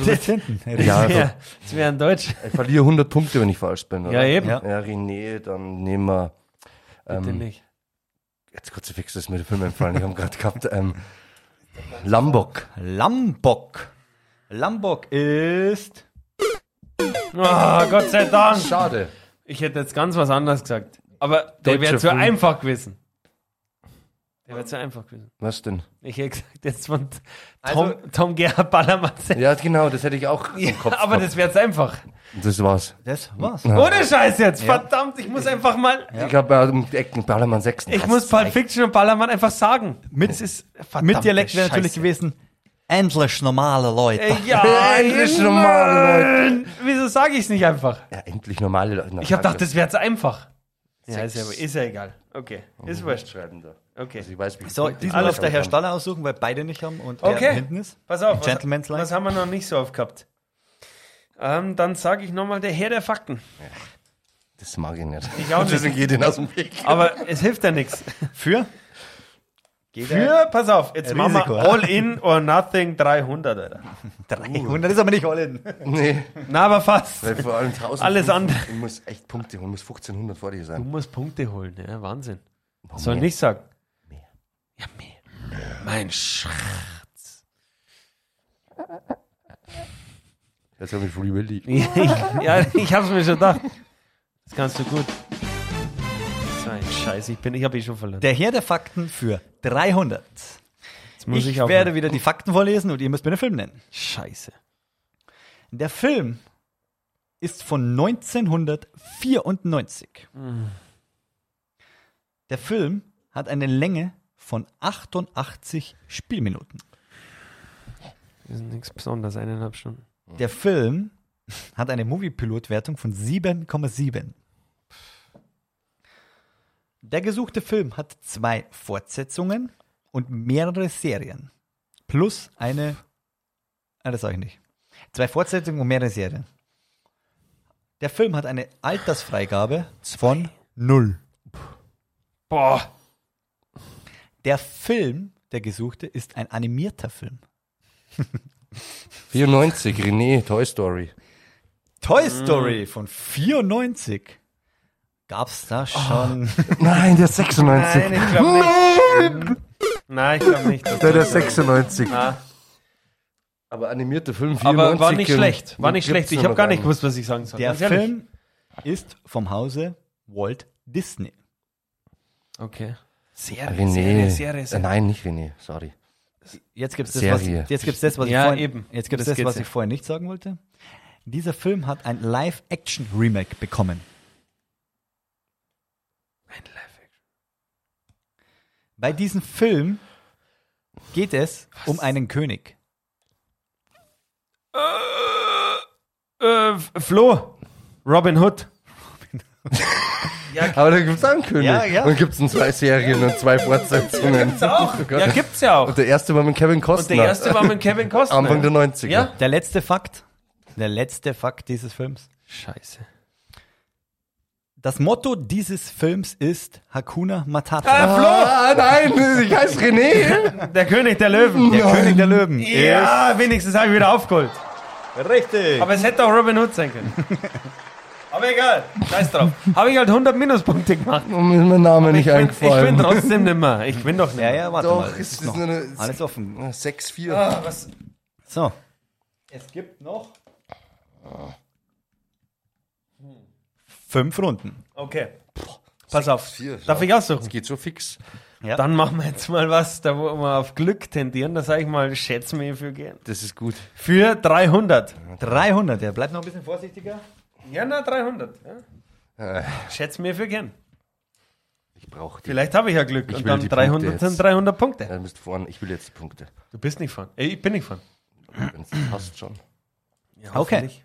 [SPEAKER 3] Ja, das wäre ein Deutsch.
[SPEAKER 2] Ich verliere 100 Punkte, wenn ich falsch bin. Oder?
[SPEAKER 3] Ja, eben.
[SPEAKER 1] Ja.
[SPEAKER 2] Ja, René, dann nehmen wir.
[SPEAKER 3] Bitte
[SPEAKER 2] Ähm,
[SPEAKER 3] nicht.
[SPEAKER 2] jetzt kurz fix, dass mir der Film entfallen. Ich habe gerade gehabt. Ähm, Lambok.
[SPEAKER 1] Lambok. Lambok ist
[SPEAKER 3] Oh, Gott sei Dank.
[SPEAKER 2] Schade.
[SPEAKER 3] Ich hätte jetzt ganz was anderes gesagt. Aber der wäre
[SPEAKER 2] Deutscher
[SPEAKER 3] zu
[SPEAKER 2] Film.
[SPEAKER 3] einfach gewesen. Der wäre zu einfach gewesen.
[SPEAKER 2] Was denn?
[SPEAKER 3] Ich hätte gesagt, jetzt von Tom,
[SPEAKER 1] Also-
[SPEAKER 3] Tom Gerhard Ballermann.
[SPEAKER 2] Ja, genau, das hätte ich auch im Kopf.
[SPEAKER 3] Aber
[SPEAKER 2] gehabt.
[SPEAKER 3] das wäre zu einfach.
[SPEAKER 2] das war's.
[SPEAKER 1] Das war's.
[SPEAKER 3] Ohne Scheiß jetzt. Verdammt, ich muss einfach mal.
[SPEAKER 2] Ich habe um die Ecken Ballermann 6.
[SPEAKER 3] Ich muss Pulp Fiction und Ballermann einfach sagen.
[SPEAKER 1] Mit,
[SPEAKER 3] Das ist verdammte
[SPEAKER 1] mit Dialekt wäre natürlich
[SPEAKER 3] Scheiße.
[SPEAKER 1] gewesen, endlich normale Leute.
[SPEAKER 3] Äh, Ja,
[SPEAKER 2] Endlich
[SPEAKER 3] Mann.
[SPEAKER 2] normale
[SPEAKER 3] Wieso sage ich es nicht einfach?
[SPEAKER 2] Ja, endlich normale Leute.
[SPEAKER 3] Ich habe gedacht, das wäre zu einfach. Ja, ist ja, ist ja egal. Okay, ist wurscht.
[SPEAKER 2] schreiben da.
[SPEAKER 3] Okay.
[SPEAKER 2] Also ich weiß, wie
[SPEAKER 1] So,
[SPEAKER 2] gut
[SPEAKER 1] diesmal
[SPEAKER 2] das
[SPEAKER 1] auf der Herr
[SPEAKER 2] kann.
[SPEAKER 1] Staller aussuchen, weil beide nicht haben und
[SPEAKER 3] Okay.
[SPEAKER 1] der hinten ist.
[SPEAKER 3] Pass auf,
[SPEAKER 1] Gentleman's
[SPEAKER 3] was,
[SPEAKER 1] Line.
[SPEAKER 3] was haben wir noch nicht so oft gehabt? Ähm, dann sage ich nochmal der Herr der Fakten.
[SPEAKER 2] Das mag ich nicht.
[SPEAKER 3] Ich auch
[SPEAKER 2] Deswegen
[SPEAKER 3] nicht.
[SPEAKER 2] geht ihn aus dem Weg.
[SPEAKER 3] Aber es hilft ja nichts.
[SPEAKER 1] Für?
[SPEAKER 3] Für, pass auf, jetzt machen wir
[SPEAKER 1] Risiko.
[SPEAKER 3] All In or Nothing 300, Alter.
[SPEAKER 1] 300 ist aber nicht all in.
[SPEAKER 2] Nee,
[SPEAKER 3] Na, aber fast.
[SPEAKER 2] weil vor allem 1000.
[SPEAKER 3] Alles andere.
[SPEAKER 2] Ich muss echt Punkte holen, muss 1500 vor dir
[SPEAKER 3] Du
[SPEAKER 2] sein.
[SPEAKER 3] musst Punkte holen, ja, Wahnsinn.
[SPEAKER 2] Warum
[SPEAKER 3] Hm. Soll
[SPEAKER 2] mehr?
[SPEAKER 3] nicht sagen.
[SPEAKER 2] Mehr.
[SPEAKER 3] Ja, mehr. Mein Schatz.
[SPEAKER 2] Jetzt habe ich Free Willy.
[SPEAKER 3] Ich, ja, ich hab's mir schon gedacht. Das kannst du gut. So ein Scheiß, ich bin, ich hab eh schon verloren.
[SPEAKER 1] Der Herr der Fakten für 300.
[SPEAKER 3] Jetzt muss
[SPEAKER 1] ich
[SPEAKER 3] auch
[SPEAKER 1] werde
[SPEAKER 3] mal-
[SPEAKER 1] wieder die Fakten vorlesen und ihr müsst mir den Film nennen.
[SPEAKER 3] Scheiße.
[SPEAKER 1] Der Film ist von 1994. Der Film hat eine Länge von 88 Spielminuten.
[SPEAKER 3] Das ist nichts Besonderes, eineinhalb Stunden.
[SPEAKER 1] Der Film hat eine Movie-Pilot-Wertung von 7,7. Der gesuchte Film hat zwei Fortsetzungen und mehrere Serien. Plus eine. Ah, das sage ich nicht. Zwei Fortsetzungen und mehrere Serien. Der Film hat eine Altersfreigabe von 0.
[SPEAKER 3] Boah.
[SPEAKER 1] Der Film, der gesuchte, ist ein animierter Film.
[SPEAKER 2] 94, René, Toy Story.
[SPEAKER 1] Toy Story von 94. Gab's da schon.
[SPEAKER 2] Nein, der ist 96.
[SPEAKER 3] Nein, ich glaube nicht. Nein, ich glaube nicht.
[SPEAKER 2] Der, der ist 96.
[SPEAKER 3] Ah.
[SPEAKER 2] Aber animierter Film 94.
[SPEAKER 3] Aber war nicht schlecht. War nicht
[SPEAKER 2] Gibt's
[SPEAKER 3] schlecht. Ich
[SPEAKER 2] nur
[SPEAKER 3] habe
[SPEAKER 2] noch
[SPEAKER 3] gar nicht
[SPEAKER 2] einen.
[SPEAKER 3] gewusst, was ich sagen soll.
[SPEAKER 1] Der
[SPEAKER 3] Ganz ehrlich.
[SPEAKER 1] Film ist vom Hause Walt Disney.
[SPEAKER 3] Okay. Serie,
[SPEAKER 2] René.
[SPEAKER 3] Serie, Serie,
[SPEAKER 2] Äh,
[SPEAKER 3] Serie.
[SPEAKER 2] Nein, nicht René, sorry.
[SPEAKER 1] Jetzt gibt's das, was,
[SPEAKER 2] Serie.
[SPEAKER 1] jetzt gibt's das, was
[SPEAKER 3] Ja,
[SPEAKER 1] ich vorhin,
[SPEAKER 3] eben.
[SPEAKER 1] Jetzt gibt's
[SPEAKER 3] Das
[SPEAKER 1] das,
[SPEAKER 3] geht's
[SPEAKER 1] was
[SPEAKER 3] ja.
[SPEAKER 1] ich vorher nicht sagen wollte. Dieser Film hat ein Live-Action-Remake bekommen.
[SPEAKER 3] Ein Live-Action.
[SPEAKER 1] Bei diesem Film geht es um einen König.
[SPEAKER 3] Äh, F- Flo. Robin Hood.
[SPEAKER 2] Aber da gibt's einen König.
[SPEAKER 1] Ja, ja.
[SPEAKER 2] Und gibt's in zwei Serien und zwei Fortsetzungen.
[SPEAKER 3] Auch.
[SPEAKER 2] Oh Gott.
[SPEAKER 3] Ja, gibt's ja auch.
[SPEAKER 2] Und der erste war mit Kevin Costner.
[SPEAKER 3] Und der erste war mit Kevin Costner.
[SPEAKER 2] Anfang der 90er.
[SPEAKER 3] Ja.
[SPEAKER 1] Der letzte Fakt, der letzte Fakt dieses Films.
[SPEAKER 3] Scheiße.
[SPEAKER 1] Das Motto dieses Films ist Hakuna Matata.
[SPEAKER 3] Ah,
[SPEAKER 2] Ah, nein, ich heiße René.
[SPEAKER 3] Flo, der König der Löwen.
[SPEAKER 1] Der König der Löwen.
[SPEAKER 3] Ja, wenigstens habe ich wieder aufgeholt.
[SPEAKER 1] Richtig.
[SPEAKER 3] Aber es hätte auch Robin Hood sein können. Aber egal, scheiß drauf. Habe ich halt 100 Minuspunkte gemacht.
[SPEAKER 2] Und mir ist mein Name nicht
[SPEAKER 3] Ich bin, ich
[SPEAKER 2] eingefallen.
[SPEAKER 3] bin trotzdem nimmer. Ich bin doch
[SPEAKER 1] ja,
[SPEAKER 3] nimmer.
[SPEAKER 1] ja, warte
[SPEAKER 2] Doch,
[SPEAKER 1] mal. Es
[SPEAKER 2] es
[SPEAKER 1] ist
[SPEAKER 2] ist
[SPEAKER 1] noch
[SPEAKER 2] nur eine-
[SPEAKER 1] alles offen.
[SPEAKER 2] 6-4.
[SPEAKER 3] Ah, was?
[SPEAKER 1] So. Es gibt noch fünf Runden.
[SPEAKER 3] Okay. Pass auf.
[SPEAKER 2] vier,
[SPEAKER 3] Darf
[SPEAKER 2] ja.
[SPEAKER 3] ich aussuchen?
[SPEAKER 2] Das geht so fix.
[SPEAKER 1] Ja.
[SPEAKER 3] Dann machen wir jetzt mal was, da wo wir auf Glück tendieren. Da sage ich mal, schätz mir für gehen.
[SPEAKER 2] Das ist gut.
[SPEAKER 3] Für 300.
[SPEAKER 1] 300, ja, bleib noch ein bisschen vorsichtiger.
[SPEAKER 3] Ja, na, 300. Ja.
[SPEAKER 2] Äh,
[SPEAKER 3] Schätz mir für gern.
[SPEAKER 2] Ich brauche die.
[SPEAKER 3] Vielleicht habe ich ja Glück.
[SPEAKER 2] Ich
[SPEAKER 3] Und
[SPEAKER 2] will
[SPEAKER 3] dann
[SPEAKER 2] die
[SPEAKER 3] 300
[SPEAKER 2] Punkte
[SPEAKER 3] sind
[SPEAKER 2] jetzt.
[SPEAKER 3] 300 Punkte.
[SPEAKER 2] Ja, du bist vorne. Ich will jetzt die Punkte.
[SPEAKER 3] Du bist nicht von. Ey, Ich bin nicht von.
[SPEAKER 2] Wenn's passt schon.
[SPEAKER 3] Ja,
[SPEAKER 1] Okay.
[SPEAKER 3] hoffentlich.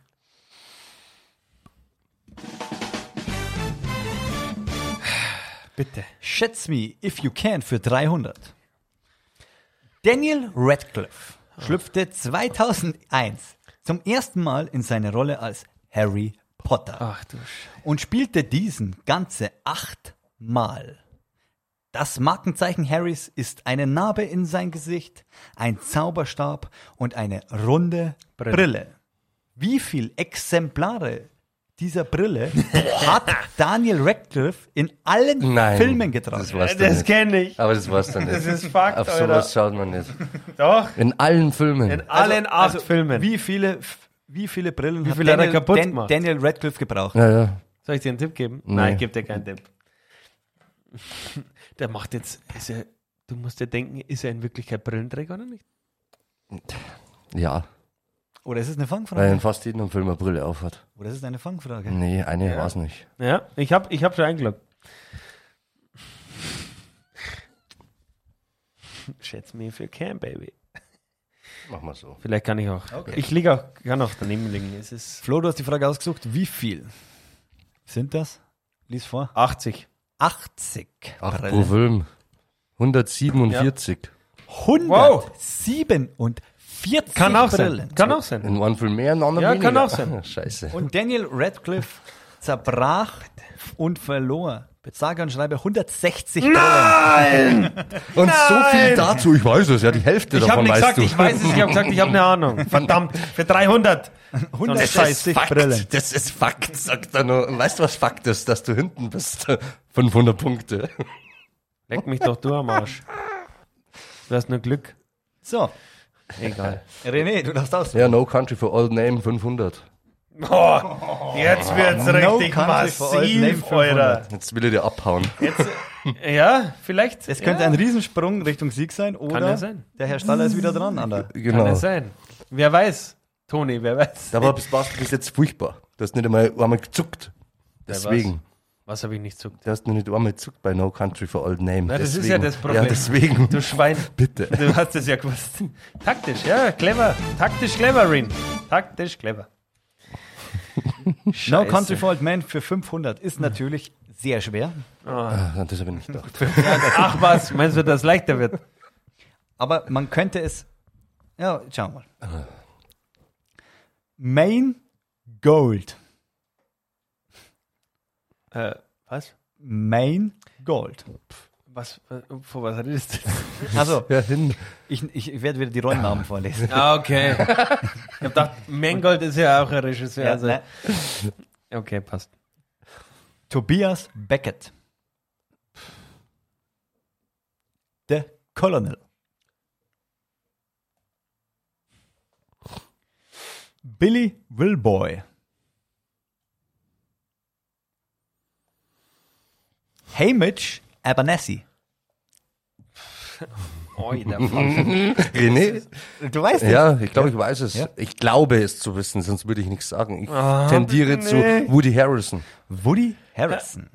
[SPEAKER 3] Bitte.
[SPEAKER 1] Schätz me if you can für 300. Daniel Radcliffe schlüpfte 2001 zum ersten Mal in seine Rolle als Harry Potter.
[SPEAKER 3] Ach du Scheiße.
[SPEAKER 1] und spielte diesen ganze achtmal. Das Markenzeichen Harrys ist eine Narbe in sein Gesicht, ein Zauberstab und eine runde Brille. Wie viel Exemplare dieser Brille hat Daniel Radcliffe in allen
[SPEAKER 2] Nein.
[SPEAKER 1] Filmen getragen?
[SPEAKER 2] Das war's dann
[SPEAKER 3] Das
[SPEAKER 2] nicht.
[SPEAKER 3] kenne ich.
[SPEAKER 2] Aber das war's dann nicht.
[SPEAKER 3] Das ist Fakt,
[SPEAKER 2] Auf
[SPEAKER 3] Alter.
[SPEAKER 2] sowas schaut man nicht.
[SPEAKER 3] Doch.
[SPEAKER 2] In allen Filmen.
[SPEAKER 3] In allen acht
[SPEAKER 1] also,
[SPEAKER 3] Filmen.
[SPEAKER 1] Wie viele, wie viele Brillen
[SPEAKER 3] viele hat er kaputt
[SPEAKER 1] Dan,
[SPEAKER 3] gemacht?
[SPEAKER 1] Daniel Radcliffe gebraucht?
[SPEAKER 2] ja, ja.
[SPEAKER 3] Soll ich dir einen Tipp geben?
[SPEAKER 2] Nee.
[SPEAKER 3] Nein, ich gebe dir keinen Tipp. Der macht jetzt, ist er, du musst dir denken, ist er in Wirklichkeit Brillenträger oder nicht?
[SPEAKER 2] Ja,
[SPEAKER 1] Oder ist es eine Fangfrage?
[SPEAKER 2] weil in fast jedem Film eine Brille aufhat.
[SPEAKER 1] Oder ist es eine Fangfrage?
[SPEAKER 2] Nee, eine
[SPEAKER 3] Ja.
[SPEAKER 2] war's nicht.
[SPEAKER 3] Ja, ich habe ich hab schon eingeloggt. Schätz mir für Cam, Baby.
[SPEAKER 2] Mach mal so.
[SPEAKER 3] Vielleicht kann ich auch. Ich liege auch, kann auch daneben liegen. Es ist
[SPEAKER 1] Flo, du hast die Frage ausgesucht. Wie viel sind das? Lies vor.
[SPEAKER 3] 80.
[SPEAKER 1] 80
[SPEAKER 2] Ach, pro
[SPEAKER 1] Brillen.
[SPEAKER 2] Film. 147.
[SPEAKER 1] 147
[SPEAKER 3] Kann auch
[SPEAKER 1] Brillen.
[SPEAKER 3] sein. Kann auch sein.
[SPEAKER 2] In einem Film mehr, in einem
[SPEAKER 3] Ja,
[SPEAKER 2] weniger.
[SPEAKER 3] kann auch sein.
[SPEAKER 2] Scheiße.
[SPEAKER 1] Und Daniel Radcliffe zerbrach und verlor. Sage und schreibe 160 Brillen.
[SPEAKER 2] Und so viel dazu. Ich weiß es, ja, die Hälfte
[SPEAKER 3] Ich habe
[SPEAKER 2] davon
[SPEAKER 3] nicht
[SPEAKER 2] weißt
[SPEAKER 3] gesagt,
[SPEAKER 2] du.
[SPEAKER 3] ich weiß es. Ich habe gesagt, ich habe eine Ahnung. Verdammt, für 300.
[SPEAKER 2] Das ist
[SPEAKER 1] 160
[SPEAKER 2] Fakt.
[SPEAKER 1] Brillen.
[SPEAKER 2] Das ist Fakt, sagt er nur. Und Weißt du, was Fakt ist? Dass du hinten bist. 500 Punkte.
[SPEAKER 3] Leck mich doch du am Arsch. Du hast nur Glück.
[SPEAKER 1] So,
[SPEAKER 3] Egal.
[SPEAKER 1] René, du darfst aus.
[SPEAKER 2] Ja, No Country for Old Name 500.
[SPEAKER 3] Oh, jetzt wird's richtig
[SPEAKER 1] country for old men
[SPEAKER 3] massiv,
[SPEAKER 1] 500.
[SPEAKER 3] Eurer.
[SPEAKER 2] Jetzt will er dir abhauen.
[SPEAKER 3] Ja, vielleicht.
[SPEAKER 1] Es könnte
[SPEAKER 3] ja,
[SPEAKER 1] ein Riesensprung Richtung Sieg sein oder
[SPEAKER 3] ja sein. Hm.
[SPEAKER 1] der Herr Staller ist wieder dran, Ander.
[SPEAKER 2] Genau.
[SPEAKER 3] kann ja sein. Wer weiß. Toni, wer weiß.
[SPEAKER 2] Aber bis warst du bis jetzt furchtbar. Du hast nicht einmal einmal gezuckt. Deswegen.
[SPEAKER 3] Was habe ich nicht zuckt?
[SPEAKER 2] Du hast noch nicht einmal gezuckt bei No Country for Old Name.
[SPEAKER 3] Na, das
[SPEAKER 2] deswegen.
[SPEAKER 3] ist ja das Problem.
[SPEAKER 2] Ja, deswegen.
[SPEAKER 3] Du Schwein.
[SPEAKER 2] Bitte.
[SPEAKER 3] Du hast es ja gewusst. Taktisch, ja, clever. Taktisch clever, Rin. Taktisch clever.
[SPEAKER 1] No Country for Old Men für 500 ist natürlich sehr schwer,
[SPEAKER 2] Ah, Das habe ich nicht gedacht.
[SPEAKER 3] Ach was, meinst du, dass es leichter wird?
[SPEAKER 1] aber man könnte es. Ja, schauen wir mal. Main Gold.
[SPEAKER 3] Äh, was?
[SPEAKER 1] Main Gold.
[SPEAKER 3] Was, äh, vor was hat das?
[SPEAKER 1] Also,
[SPEAKER 2] Ja, hin.
[SPEAKER 1] ich, ich werde wieder die Rollennamen vorlesen.
[SPEAKER 3] Ah, okay. Ich hab gedacht, Mangold ist ja auch ein Regisseur.
[SPEAKER 1] Ja,
[SPEAKER 3] also.
[SPEAKER 1] ne?
[SPEAKER 3] Okay, passt.
[SPEAKER 1] Tobias Beckett. The Colonel. Billy Wilboy. Hamish Abernathy.
[SPEAKER 3] Oi, der Frank.
[SPEAKER 2] René?
[SPEAKER 1] Du weißt es.
[SPEAKER 2] Ja, ich glaube, ich weiß es.
[SPEAKER 1] Ja.
[SPEAKER 2] Ich glaube es zu wissen, sonst würde ich nichts sagen. Ich
[SPEAKER 3] Ah,
[SPEAKER 2] tendiere zu
[SPEAKER 3] nee.
[SPEAKER 2] Woody Harrison.
[SPEAKER 1] Woody Harrison.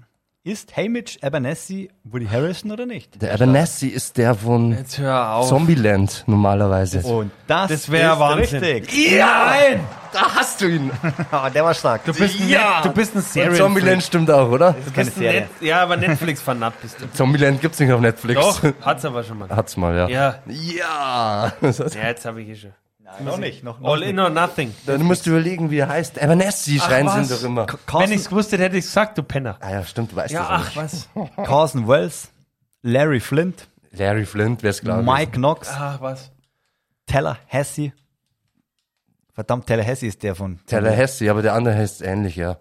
[SPEAKER 1] Ist Hamish Abernathy Woody Harrison oder nicht?
[SPEAKER 2] Der Abernathy ist der von
[SPEAKER 3] Jetzt hör auf.
[SPEAKER 2] Zombieland normalerweise.
[SPEAKER 1] Und das,
[SPEAKER 3] Das wär
[SPEAKER 1] ist
[SPEAKER 3] Wahnsinn.
[SPEAKER 1] richtig.
[SPEAKER 2] Ja, nein! Da hast du ihn!
[SPEAKER 1] Ah, der war stark.
[SPEAKER 3] Du bist,
[SPEAKER 2] Ja.
[SPEAKER 3] ja. du bist ein
[SPEAKER 2] Und
[SPEAKER 3] Serial.
[SPEAKER 2] Zombieland stimmt auch, oder?
[SPEAKER 3] Du
[SPEAKER 1] keine
[SPEAKER 3] bist ein
[SPEAKER 1] Serie.
[SPEAKER 3] Net ja, aber Netflix-Fanat bist du.
[SPEAKER 2] Zombieland gibt's nicht auf Netflix.
[SPEAKER 3] Doch, hat's aber schon mal.
[SPEAKER 2] Hat's mal, ja.
[SPEAKER 3] Ja,
[SPEAKER 2] Ja!
[SPEAKER 3] ja jetzt habe ich eh schon.
[SPEAKER 1] noch nicht. Noch, noch
[SPEAKER 3] All in or nothing.
[SPEAKER 2] Dann musst du überlegen, wie er heißt. Abernathy schreien
[SPEAKER 3] was?
[SPEAKER 2] sie doch immer.
[SPEAKER 3] Wenn
[SPEAKER 1] Carson,
[SPEAKER 3] ich's gewusst hätte, hätte ich's gesagt, du Penner.
[SPEAKER 2] Ah ja, stimmt, du weißt
[SPEAKER 3] Ja,
[SPEAKER 2] das
[SPEAKER 3] ach was.
[SPEAKER 1] Carson Wells, Larry Flint,
[SPEAKER 2] nicht. Larry Flint wär's klar.
[SPEAKER 1] Mike Knox,
[SPEAKER 3] Ach was.
[SPEAKER 1] Tallahassee. Verdammt, Tallahassee ist der von.
[SPEAKER 2] Tallahassee, aber der andere heißt ähnlich, ja.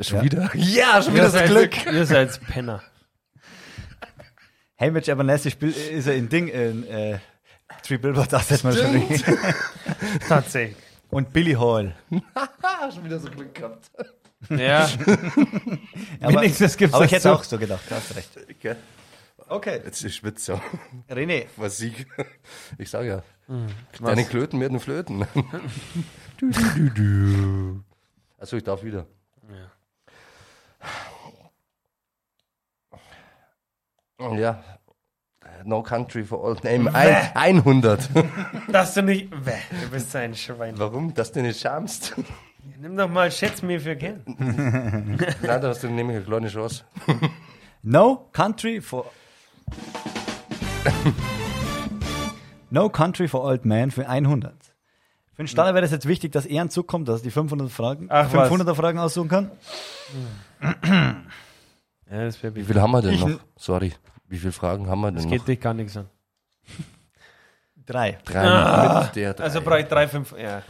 [SPEAKER 2] Schon wieder? Ja, schon
[SPEAKER 3] Ihr
[SPEAKER 2] wieder das
[SPEAKER 3] seid,
[SPEAKER 2] Glück.
[SPEAKER 3] ihr seid Penner.
[SPEAKER 1] Hamish Abernathy spielt, ist er in Ding, in äh, Three Billboards Outside Manhattan.
[SPEAKER 3] Tatsächlich.
[SPEAKER 1] Und Billy Hall.
[SPEAKER 2] Ah, schon wieder so Glück gehabt.
[SPEAKER 3] Ja. Wenigstens gibt's
[SPEAKER 1] Aber
[SPEAKER 3] das
[SPEAKER 1] ich hätte
[SPEAKER 3] zu.
[SPEAKER 1] auch so gedacht, du hast recht.
[SPEAKER 2] Okay.
[SPEAKER 1] Okay,
[SPEAKER 2] Jetzt ich schwitze ja.
[SPEAKER 1] René,
[SPEAKER 2] Was Sieg. Ich sag ja. Deine Klöten werden Flöten. Hm, Du, du, du, du. Achso, ich darf wieder. Ja. No Country for Old Name. Ein, 100.
[SPEAKER 3] Dass du nicht. Bäh, Du bist ein Schwein.
[SPEAKER 2] Warum? Dass du nicht schamst?
[SPEAKER 3] Nimm doch mal, schätz mir für Ken.
[SPEAKER 2] Nein, da hast du nämlich eine kleine Chance.
[SPEAKER 1] No Country for. No Country for Old Man für 100. Für den Staller wäre das jetzt wichtig, dass er einen Zug kommt, dass er die 500 Fragen,
[SPEAKER 3] Ach, was.
[SPEAKER 1] 500er Fragen aussuchen kann.
[SPEAKER 3] Ja, das wäre
[SPEAKER 2] Wie viel haben wir denn noch? Sorry. Wie viele Fragen haben wir denn noch?
[SPEAKER 3] Geht dich gar nichts an.
[SPEAKER 1] Drei.
[SPEAKER 2] Drei. mit der drei.
[SPEAKER 3] Also brauche ich drei, fünf. Ja.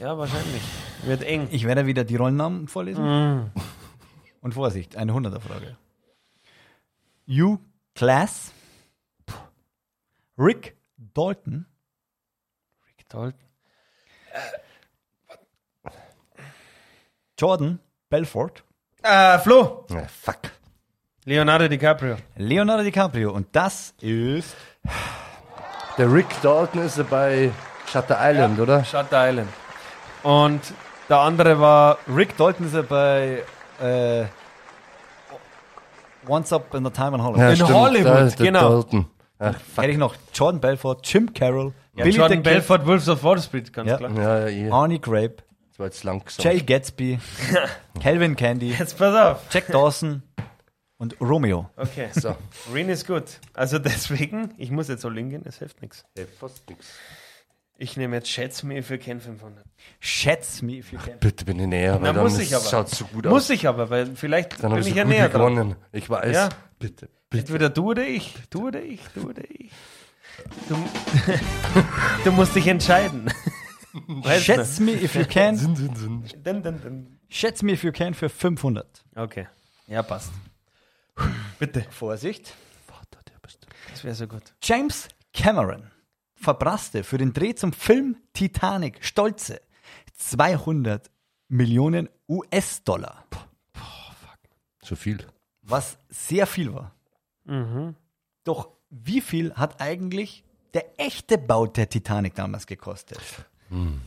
[SPEAKER 3] Ja, wahrscheinlich. Wird eng.
[SPEAKER 1] Ich werde wieder die Rollennamen vorlesen.
[SPEAKER 3] Mm.
[SPEAKER 1] Und Vorsicht, eine 100er Frage. Hugh Class. Rick Dalton.
[SPEAKER 3] Toll.
[SPEAKER 1] Jordan Belfort.
[SPEAKER 3] Äh, Flo.
[SPEAKER 2] Ah, fuck.
[SPEAKER 3] Leonardo DiCaprio.
[SPEAKER 1] Leonardo DiCaprio. Und das ist
[SPEAKER 2] Der Rick Dalton ist ja bei Shutter Island, oder?
[SPEAKER 3] Shutter Island. Und der andere war
[SPEAKER 1] Rick Dalton ist ja bei äh, Once Up in a Time in Hollywood.
[SPEAKER 2] Ja,
[SPEAKER 3] In Hollywood,
[SPEAKER 2] da ist der
[SPEAKER 3] genau.
[SPEAKER 2] Dalton. Ach, fuck.
[SPEAKER 1] Hätte ich noch Jordan Belfort, Jim Carroll,
[SPEAKER 3] ja, Jordan
[SPEAKER 1] the Kid,
[SPEAKER 3] Belfort, Wolves of Wall Street, ganz
[SPEAKER 1] Ja.
[SPEAKER 3] klar.
[SPEAKER 2] Ja, ja, ihr.
[SPEAKER 1] Arnie Grape,
[SPEAKER 2] Das war jetzt lang gesagt.
[SPEAKER 1] Jay Gatsby, Calvin Candy,
[SPEAKER 3] Jetzt pass auf.
[SPEAKER 1] Jack Dawson und Romeo.
[SPEAKER 3] Okay.
[SPEAKER 2] So.
[SPEAKER 3] Green ist gut. Also deswegen, ich muss jetzt all in gehen, es hilft nichts.
[SPEAKER 2] Ey, fast nix.
[SPEAKER 3] Ich nehme jetzt Schätz mir für Ken 500.
[SPEAKER 1] Schätz me if you can.
[SPEAKER 2] Bitte bin ich näher, weil
[SPEAKER 3] Na,
[SPEAKER 2] dann
[SPEAKER 3] muss ich aber.
[SPEAKER 2] schaut so gut
[SPEAKER 3] Muss
[SPEAKER 2] aus.
[SPEAKER 3] ich aber, weil vielleicht
[SPEAKER 2] Dann
[SPEAKER 3] bin
[SPEAKER 2] habe
[SPEAKER 3] ich
[SPEAKER 2] ich
[SPEAKER 3] ja
[SPEAKER 2] so
[SPEAKER 3] näher
[SPEAKER 2] gut
[SPEAKER 3] dran.
[SPEAKER 2] gewonnen. Ich weiß.
[SPEAKER 3] Ja.
[SPEAKER 2] Bitte, bitte.
[SPEAKER 3] Entweder du oder ich, du oder ich, du oder ich. Du, du musst dich entscheiden. Weißt du?
[SPEAKER 1] Schätz me if you can.
[SPEAKER 2] Zin, zin, zin.
[SPEAKER 3] Dun, dun, dun.
[SPEAKER 1] Schätz me if you can für 500.
[SPEAKER 3] Okay. Ja, passt. Bitte.
[SPEAKER 1] Vorsicht.
[SPEAKER 3] Das wäre so gut.
[SPEAKER 1] James Cameron verbrasste für den Dreh zum Film Titanic stolze 200 Millionen US-Dollar,
[SPEAKER 2] So viel.
[SPEAKER 1] was sehr viel war. Doch wie viel hat eigentlich der echte Bau der Titanic damals gekostet?
[SPEAKER 2] Hm.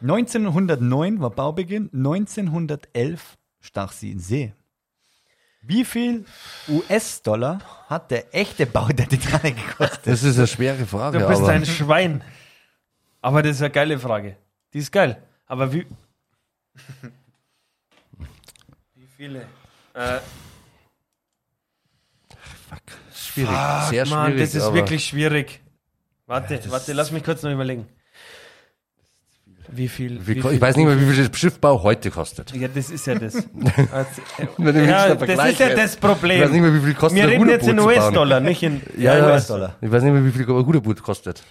[SPEAKER 1] 1909 war Baubeginn, 1911 stach sie in See. Wie viel US-Dollar hat der echte Bau der Titanic gekostet?
[SPEAKER 2] Das ist eine schwere Frage,
[SPEAKER 3] Du bist
[SPEAKER 2] aber
[SPEAKER 3] ein Schwein. Aber das ist eine geile Frage. Die ist geil. Aber wie. Wie viele? Äh,
[SPEAKER 2] schwierig. Sehr schwierig.
[SPEAKER 3] Mann, das ist
[SPEAKER 2] aber
[SPEAKER 3] wirklich schwierig. Warte, warte, lass mich kurz noch überlegen. Wie viel?
[SPEAKER 2] wie, ich weiß nicht mehr, wie viel das Schiffbau heute kostet.
[SPEAKER 3] Ja, das ist ja das. Also, äh,
[SPEAKER 2] Wenn ich jetzt
[SPEAKER 3] ja,
[SPEAKER 2] einen
[SPEAKER 3] das
[SPEAKER 2] Vergleich
[SPEAKER 3] ist ja
[SPEAKER 2] hätte.
[SPEAKER 3] das
[SPEAKER 2] Ich weiß nicht
[SPEAKER 3] Problem.
[SPEAKER 2] mehr, wie viel kostet
[SPEAKER 3] Wir
[SPEAKER 2] ein
[SPEAKER 3] reden jetzt in
[SPEAKER 2] Ruderboot zu bauen.
[SPEAKER 3] US-Dollar, nicht in
[SPEAKER 2] Ja, ja,
[SPEAKER 1] US-Dollar.
[SPEAKER 2] Ich weiß nicht mehr, wie viel ein Ruderboot kostet.